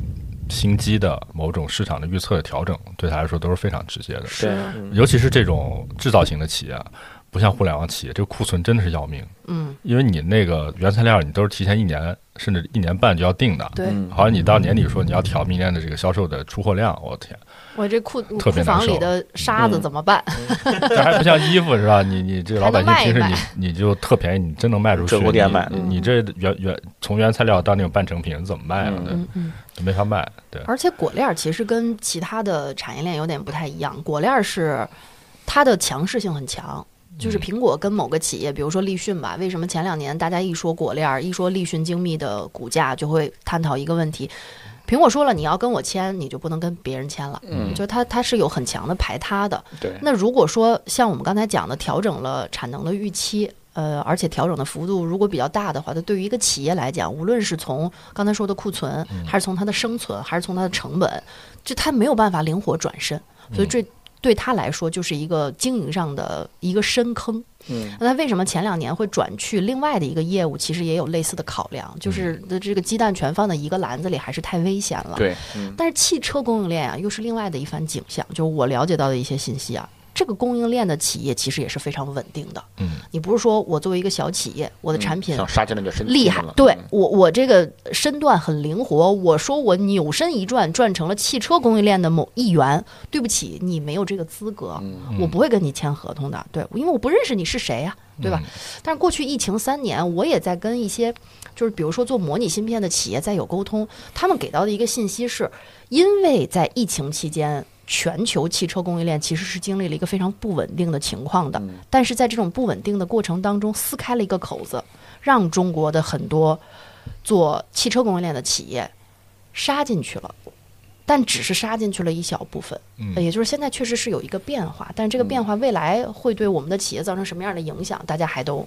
新机的某种市场的预测的调整，对它来说都是非常直接的。对，啊嗯尤其是这种制造型的企业啊，不像互联网企业，这个库存真的是要命。嗯，因为你那个原材料你都是提前一年甚至一年半就要定的，对嗯好像你到年底说你要调明年的这个销售的出货量，我天，我这库特库别难房受里的沙子嗯怎么办？这还不像衣服是吧？你你这老百姓还能平时卖一你你就特便宜，你真能卖出去。折扣店卖你嗯你这原原从原材料到那种半成品怎么卖啊？嗯嗯。对，没法卖。对，而且果链儿其实跟其他的产业链有点不太一样，果链儿是它的强势性很强。就是嗯苹果跟某个企业，比如说立讯吧，为什么前两年大家一说果链儿，一说立讯精密的股价，就会探讨一个问题：苹果说了你要跟我签，你就不能跟别人签了，嗯就它它是有很强的排他的。对，那如果说像我们刚才讲的，调整了产能的预期，呃，而且调整的幅度如果比较大的话，它对于一个企业来讲，无论是从刚才说的库存，还是从它的生存，还是从它的成本，就它没有办法灵活转身，所以这。对它来说，就是一个经营上的一个深坑。嗯，那它为什么前两年会转去另外的一个业务？其实也有类似的考量，就是这个鸡蛋全放在一个篮子里，还是太危险了。对，嗯但是汽车供应链啊，又是另外的一番景象。就是我了解到的一些信息啊，这个供应链的企业其实也是非常稳定的。嗯，你不是说我作为一个小企业，我的产品想嗯杀进来就深厉害，嗯对我我这个身段很灵活，我说我扭身一转，转成了汽车供应链的某一员。对不起，你没有这个资格，我不会跟你签合同的。对，因为我不认识你是谁呀、对吧？但是过去疫情三年，我也在跟一些就是比如说做模拟芯片的企业在有沟通，他们给到的一个信息是，因为在疫情期间。全球汽车供应链其实是经历了一个非常不稳定的情况的，但是在这种不稳定的过程当中，撕开了一个口子，让中国的很多做汽车供应链的企业杀进去了，但只是杀进去了一小部分。嗯也就是现在确实是有一个变化，但嗯这个变化未来会对我们的企业造成什么样的影响，大家还都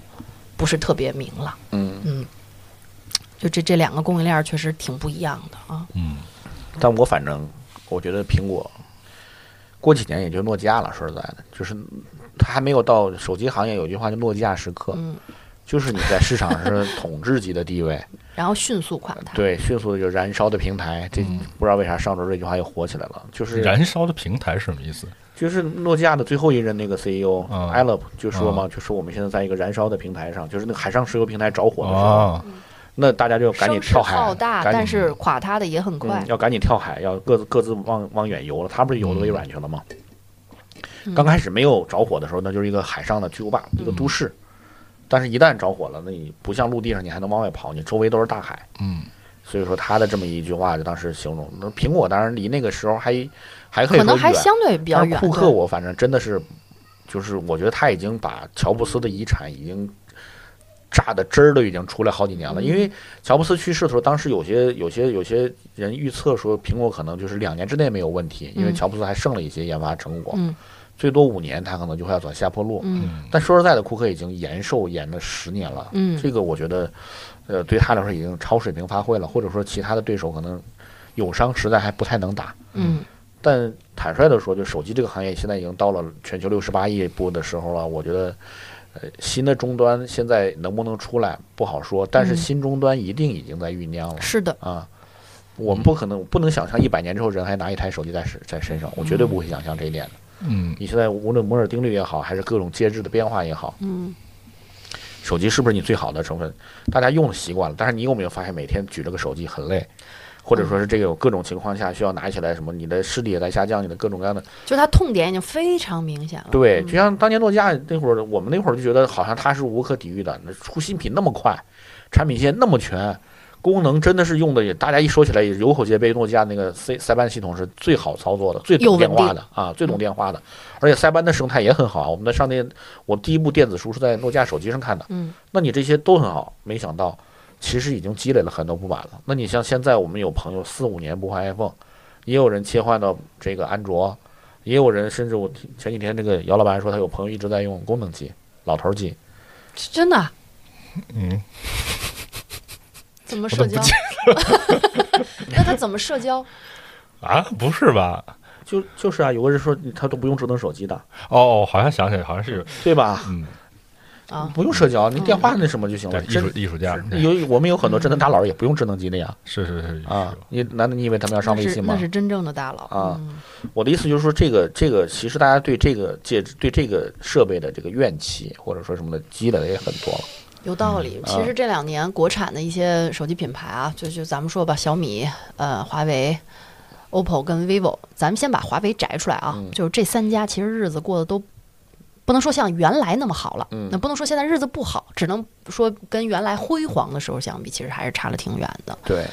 不是特别明了。嗯就这这两个供应链儿确实挺不一样的啊。嗯，但我反正我觉得苹果过几年也就诺基亚了。说实在的，就是它还没有到手机行业有句话叫诺基亚时刻，嗯，就是你在市场上是统治级的地 位，然后迅速垮塌。对，迅速的就燃烧的平台。这嗯不知道为啥上周这句话又火起来了，就是燃烧的平台是什么意思？就是诺基亚的最后一任那个 CEO 嗯 Alep 就说嘛，就说我们现在在一个燃烧的平台上，就是那个海上石油平台着火的时候，啊，那大家就赶紧声势跳海，浩大，赶但紧是垮塌的也很快嗯，。要赶紧跳海，要各自各自往往远游了。他不是游到微软去了吗？嗯刚开始没有着火的时候，那就是一个海上的巨无霸，一个都市。但是，一旦着火了，那你不像陆地上，你还能往外跑，你周围都是大海。嗯，所以说，他的这么一句话，就当时形容。那苹果当然离那个时候还还嗯可以可能说还远相对比较但是远。库克，对我反正真的是，就是我觉得他已经把乔布斯的遗产已经炸的汁儿都已经出来好几年了。因嗯为乔布斯去世的时候，当时有些有些有些人预测说，苹果可能就是两年之内没有问题，因为嗯乔布斯还剩了一些研发成果，嗯最多五年他可能就会要走下坡路。嗯但说实在的，库克已经延寿延了十年了，嗯这个我觉得，呃，对他来说已经超水平发挥了，或者说其他的对手可能友商实在还不太能打。嗯但坦率的说，就手机这个行业现在已经到了全球六十八亿部的时候了。我觉得，呃，新的终端现在能不能出来不好说，但是嗯新终端一定已经在酝酿了、是的，啊。我们不可能不能想象一百年之后人还拿一台手机在身在身上，我绝对不会想象这一点的。嗯你现在无论摩尔定律也好，还是各种介质的变化也好，嗯手机是不是你最好的成分？大家用的习惯了，但是你有没有发现每天举着个手机很累，或者说是这个有各种情况下需要拿起来什么，你的视力也在下降，你的各种各样的就是它痛点已经非常明显了。对，嗯就像当年诺基亚那会儿，我们那会儿就觉得好像它是无可抵御的，那出新品那么快，产品线那么全，功能真的是用的也，大家一说起来也有口皆碑。诺基亚那个 C 塞班系统是最好操作的，最又懂稳电话定的啊，最懂电话的，而且塞班的生态也很好啊。我们在上那，我第一部电子书是在诺基亚手机上看的，嗯那你这些都很好，没想到其实已经积累了很多不满了。那你像现在我们有朋友四五年不换 iPhone，也有人切换到这个安卓，也有人甚至我听前几天那个姚老板说他有朋友一直在用功能机、老头儿机，是真的啊嗯，怎么我社都不交记？ 那他怎么社交？啊，不是吧？就就是啊，有个人说他都不用智能手机的，哦，哦好像想起来，好像是有，对吧？嗯，啊，不用社交，你电话那什么就行了。对，艺术真艺术家，对有我们有很多真的大佬也不用智能机的呀是是是啊！你难道你以为他们要上那微是信吗那？是真正的大佬啊！嗯我的意思就是说，这个这个，其实大家对这个介质、对这个设备的这个怨气或者说什么的积累的也很多了。有道理。啊其实这两年国产的一些手机品牌啊，就就咱们说吧，小米、呃，华为。OPPO 跟 vivo，咱们先把华为摘出来嗯啊，就是这三家其实日子过得都不能说像原来那么好了，嗯那不能说现在日子不好，只能说跟原来辉煌的时候相比，其实还是差了挺远的。对，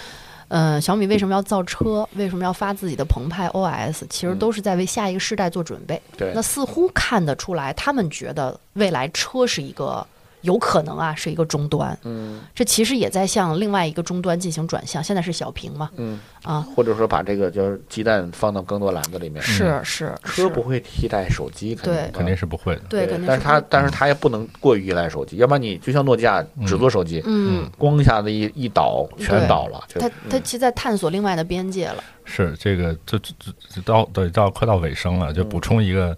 嗯，小米为什么要造车？为什么要发自己的澎湃 OS？其实都是在为下一个世代做准备。对那似乎看得出来，他们觉得未来车是一个有可能啊，是一个终端。嗯，这其实也在向另外一个终端进行转向。现在是小屏嘛？嗯，啊，或者说把这个就是鸡蛋放到更多篮子里面。是是车是不会替代手机，肯定对肯定是不会的。对，肯定但是它不但是它也不能过于依赖手机，要不然你就像诺基亚只做手机，嗯，咣一下子一一倒全对嗯倒了。就它它其实在探索另外的边界了。是这个，这这这这到对到快到尾声了，就嗯补充一个、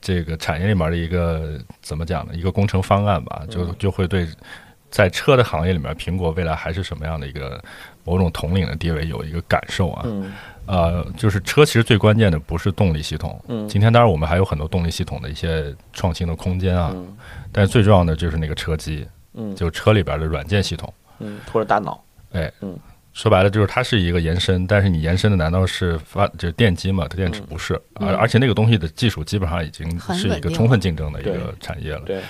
这个产业里面的一个怎么讲呢？一个工程方案吧，就嗯就会对在车的行业里面，苹果未来还是什么样的一个某种统领的地位有一个感受啊。嗯呃，就是车其实最关键的不是动力系统，嗯，今天当然我们还有很多动力系统的一些创新的空间啊，嗯但是最重要的就是那个车机，嗯就车里边的软件系统。嗯，或者大脑，哎，嗯，说白了就是它是一个延伸，但是你延伸的难道是发就是电机嘛？它电池不是，而、而且那个东西的技术基本上已经很是一稳个定充分竞争的一了个产业了，对，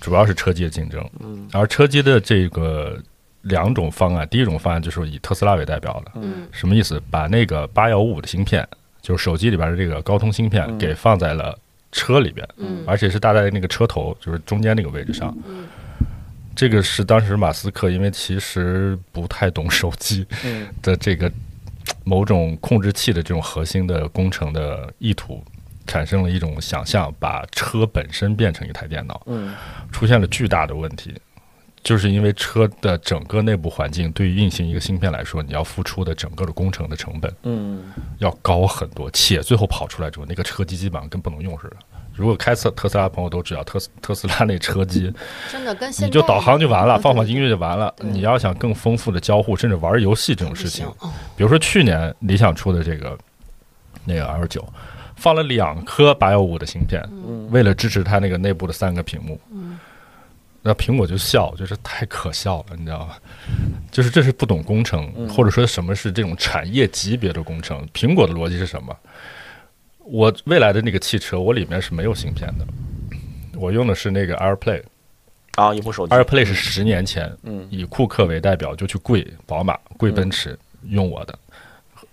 主要是车机的竞争。嗯，而车机的这个两种方案，第一种方案就是以特斯拉为代表的，嗯什么意思？把那个八幺五的芯片，就是手机里边的这个高通芯片，给放在了车里边，嗯而且是搭在那个车头，就是中间那个位置上。这个是当时马斯克因为其实不太懂手机嗯的这个某种控制器的这种核心的工程的意图，产生了一种想象，把车本身变成一台电脑，嗯出现了巨大的问题。就是因为车的整个内部环境对于运行一个芯片来说，你要付出的整个的工程的成本嗯要高很多，且最后跑出来之后，那个车机基本上跟不能用似的。如果开特特斯拉的朋友都知道，特斯特斯拉那车机，真的跟现在哦你就导航就嗯完了，对放放音乐就完了。对你要想更丰富的交互，甚至玩游戏这种不事情行，，哦比如说去年理想出的这个那个 L 九，放了两颗八幺五的芯片，嗯为了支持它那个内部的三个屏幕，那苹果就笑，就是太可笑了，你知道吧？就是这是不懂工程，或者说什么是这种产业级别的工程。苹果的逻辑是什么？我未来的那个汽车，我里面是没有芯片的，我用的是那个 AirPlay。啊，一部手机 AirPlay 是十年前，嗯以库克为代表就去跪宝马、跪奔驰、嗯用我的，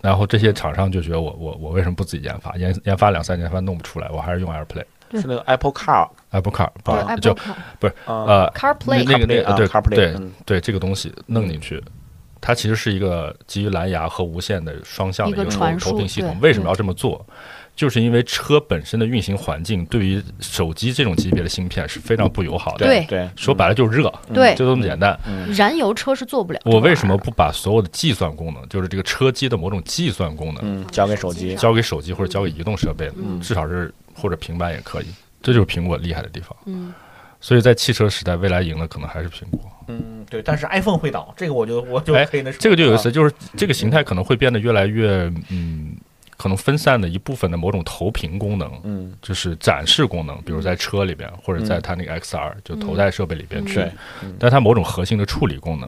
然后这些厂商就觉得我我我为什么不自己研发？研研发两三年发现弄不出来，我还是用 AirPlay、是那个 Apple Car Apple Car，不好意思 Apple 就 Car 啊，呃 CarPlay 那那个那 CarPlay，啊个对 CarPlay，对嗯对这个东西弄进去。它其实是一个基于蓝牙和无线的双向的一个一个投传输投屏系统。对嗯为什么要这么做？就是因为车本身的运行环境对于手机这种级别的芯片是非常不友好的。对对，说白了就是热，对就这么简单。燃油车是做不了这玩意我儿的。为什么不把所有的计算功能，就是这个车机的某种计算功能，嗯，交给手机，交给手机或者交给移动设备呢？至少是或者平板也可以，这就是苹果厉害的地方。嗯，所以在汽车时代，未来赢的可能还是苹果。嗯，对，但是 iPhone 会倒，这个我就我就哎可以那什么这个就有意啊思，就是这个形态可能会变得越来越，嗯，可能分散的一部分的某种投屏功能，嗯，就是展示功能，比如在车里边或者在它那个 XR 就头戴设备里边去，嗯对，但它某种核心的处理功能，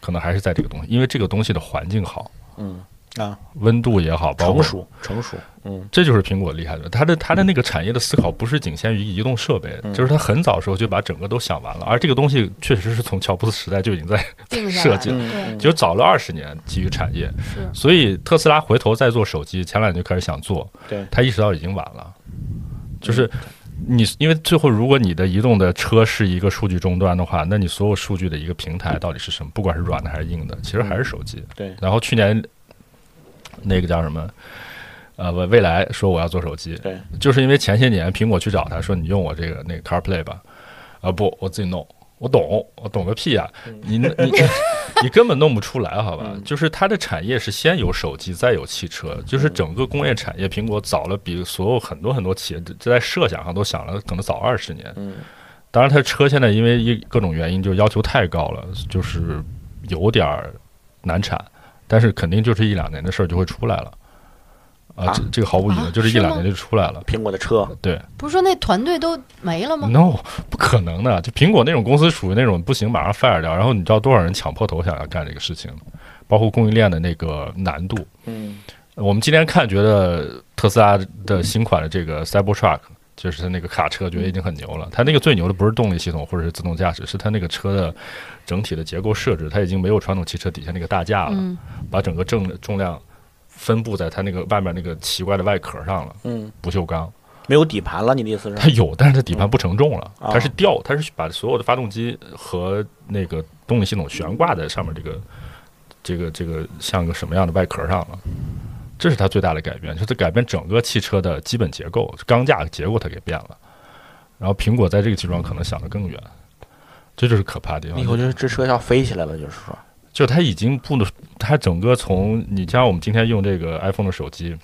可能还是在这个东西，因为这个东西的环境好。嗯啊，温度也好，包成括熟成熟，嗯这就是苹果厉害的，它的它的那个产业的思考不是仅限于移动设备，嗯就是它很早时候就把整个都想完了，而这个东西确实是从乔布斯时代就已经在定下来设计了。嗯就早了二十年，基于产业，是所以特斯拉回头再做手机，前两年就开始想做，对嗯他意识到已经晚了，就是你因为最后如果你的移动的车是一个数据终端的话，那你所有数据的一个平台到底是什么？不管是软的还是硬的，其实还是手机。对然后去年那个叫什么？呃，未未来说我要做手机，对，就是因为前些年苹果去找他说你用我这个那个 CarPlay 吧，啊不，我自己弄，我懂，我懂个屁呀、你你你你根本弄不出来，好吧？就是它的产业是先有手机，再有汽车，就是整个工业产业，苹果早了比所有很多很多企业这在设想上都想了，可能早二十年。嗯当然，它车现在因为一各种原因就要求太高了，就是有点儿难产，但是肯定就是一两年的事儿就会出来了。啊，啊这这个毫无疑啊问，就是一是两吗年就出来了。苹果的车，对不是说那团队都没了吗？ ，no，不可能的。就苹果那种公司属于那种不行马上 fire 掉，然后你知道多少人抢破头想要干这个事情，包括供应链的那个难度。嗯我们今天看觉得特斯拉的新款的这个 Cybertruck，就是它那个卡车，觉得已经很牛了。它那个最牛的不是动力系统或者是自动驾驶，是它那个车的整体的结构设置，它已经没有传统汽车底下那个大架了，嗯把整个重重量分布在它那个外面那个奇怪的外壳上了，嗯，不锈钢。没有底盘了，你的意思它是？有，但是它底盘不承重了，啊它是吊，它是把所有的发动机和那个动力系统悬挂在上面这个这个这个像个什么样的外壳上了。这是它最大的改变，就是它改变整个汽车的基本结构，钢架结构它给变了。然后苹果在这个基础上可能想得更远，这就是可怕的地方。以后就是这车要飞起来了，就是说，就它已经不能，它整个从你像我们今天用这个 iPhone 的手机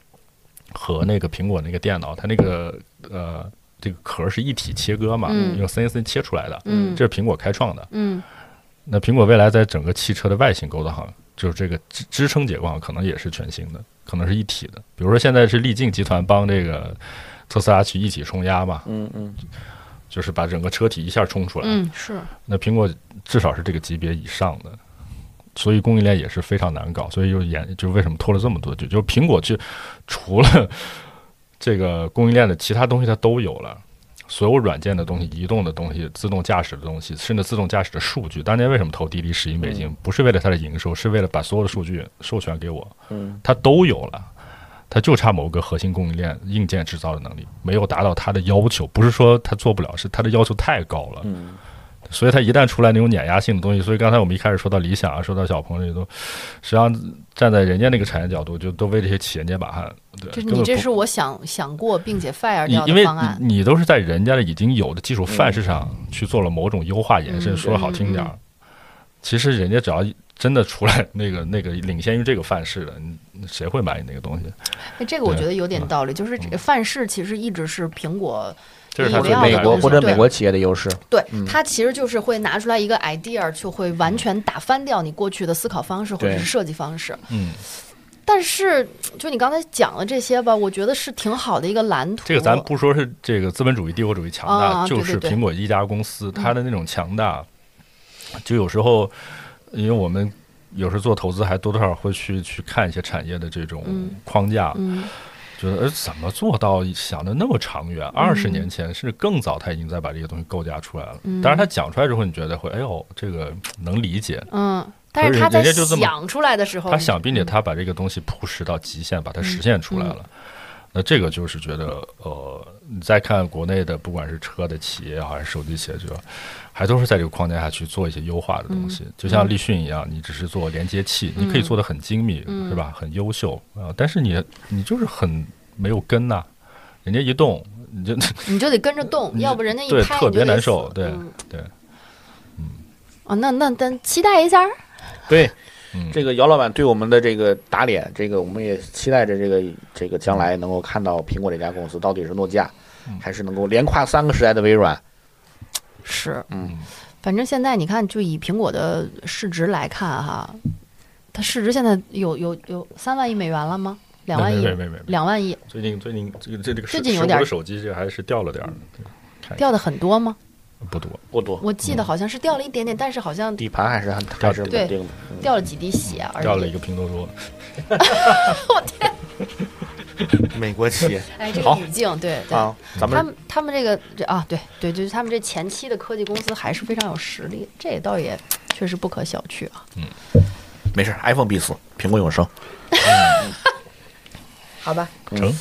和那个苹果那个电脑，它那个呃这个壳是一体切割嘛，嗯用 CNC 切出来的，嗯这是苹果开创的。嗯，那苹果未来在整个汽车的外形构造上，就是这个支支撑结构上可能也是全新的，可能是一体的。比如说现在是力静集团帮这个特斯拉去一起冲压嘛，嗯嗯就是把整个车体一下冲出来。嗯，是那苹果至少是这个级别以上的，所以供应链也是非常难搞，所以就延就为什么拖了这么多久？就是苹果就除了这个供应链的其他东西它都有了，所有软件的东西、移动的东西、自动驾驶的东西，甚至自动驾驶的数据。当年为什么投滴滴十亿美金？不是为了它的营收，是为了把所有的数据授权给我，嗯，它都有了。它就差某个核心供应链硬件制造的能力没有达到它的要求，不是说它做不了，是它的要求太高了。嗯所以它一旦出来那种碾压性的东西，所以刚才我们一开始说到理想啊，说到小鹏这些都，实际上站在人家那个产业角度，就都为这些企业捏把汗。对，就是根你本这不是我想想过并且 fire 你掉因的为方案，你你都是在人家的已经有的技术范式上去做了某种优化延伸，嗯说的好听点儿，其实人家只要真的出来那个那个领先于这个范式的，你谁会买你那个东西？哎这个我对嗯觉得有点道理。就是这个范式其实一直是苹果，这是他我最要厉美害的国哎东我西或者对美国企业的优势，对嗯它其实就是会拿出来一个 idea，就会完全打翻掉你过去的思考方式或者对是设计方式。嗯，但是就你刚才讲的这些吧，我觉得是挺好的一个蓝图。这个咱不说是这个资本主义、帝国主义强大，啊啊对就是对对嗯苹果一家公司，它的那种强大，就有时候，因为我们有时候做投资，还多多少少会去去看一些产业的这种框架，嗯觉得呃怎么做到想的那么长远？二嗯十年前甚至更早，他已经在把这个东西构架出来了。当然，他讲出来之后，你觉得会哎呦，这个能理解。嗯，但可是是他在人家就这么想出来的时候，他想，嗯并且他把这个东西铺实到极限，把它实现出来了。那这个就是觉得，呃，你再看国内的，不管是车的企业也好啊还是手机企业，就还都是在这个框架下去做一些优化的东西。嗯就像立讯一样，你只是做连接器，你可以做的很精密，嗯是吧？很优秀啊、但是你你就是很没有根呐、人家一动你就 你就得跟着动，你要不人家一对拍你特就别得难死受，对、嗯对。啊，那那咱期待一下儿，对嗯，这个姚老板对我们的这个打脸，这个我们也期待着这个这个将来能够看到苹果这家公司到底是诺基亚，还是能够连跨三个时代的微软。是，嗯，反正现在你看，就以苹果的市值来看哈，它市值现在有有有三万亿美元了吗？两万亿没，没没没没，两万亿最近最近这个这这个最手近有手点儿手机这个还是掉了点儿，对掉的很多吗？不多。不多，我记得嗯好像是掉了一点点，但是好像底盘还是很还是稳对定的。嗯掉了几滴血而掉了一已。个拼多多，美国企业 哎，这好个语境，对对。啊，咱他们们他们这个这啊，对对，就是他们这前期的科技公司还是非常有实力，这也倒也确实不可小觑啊。没事，iPhone 必死，苹果永生。好吧，成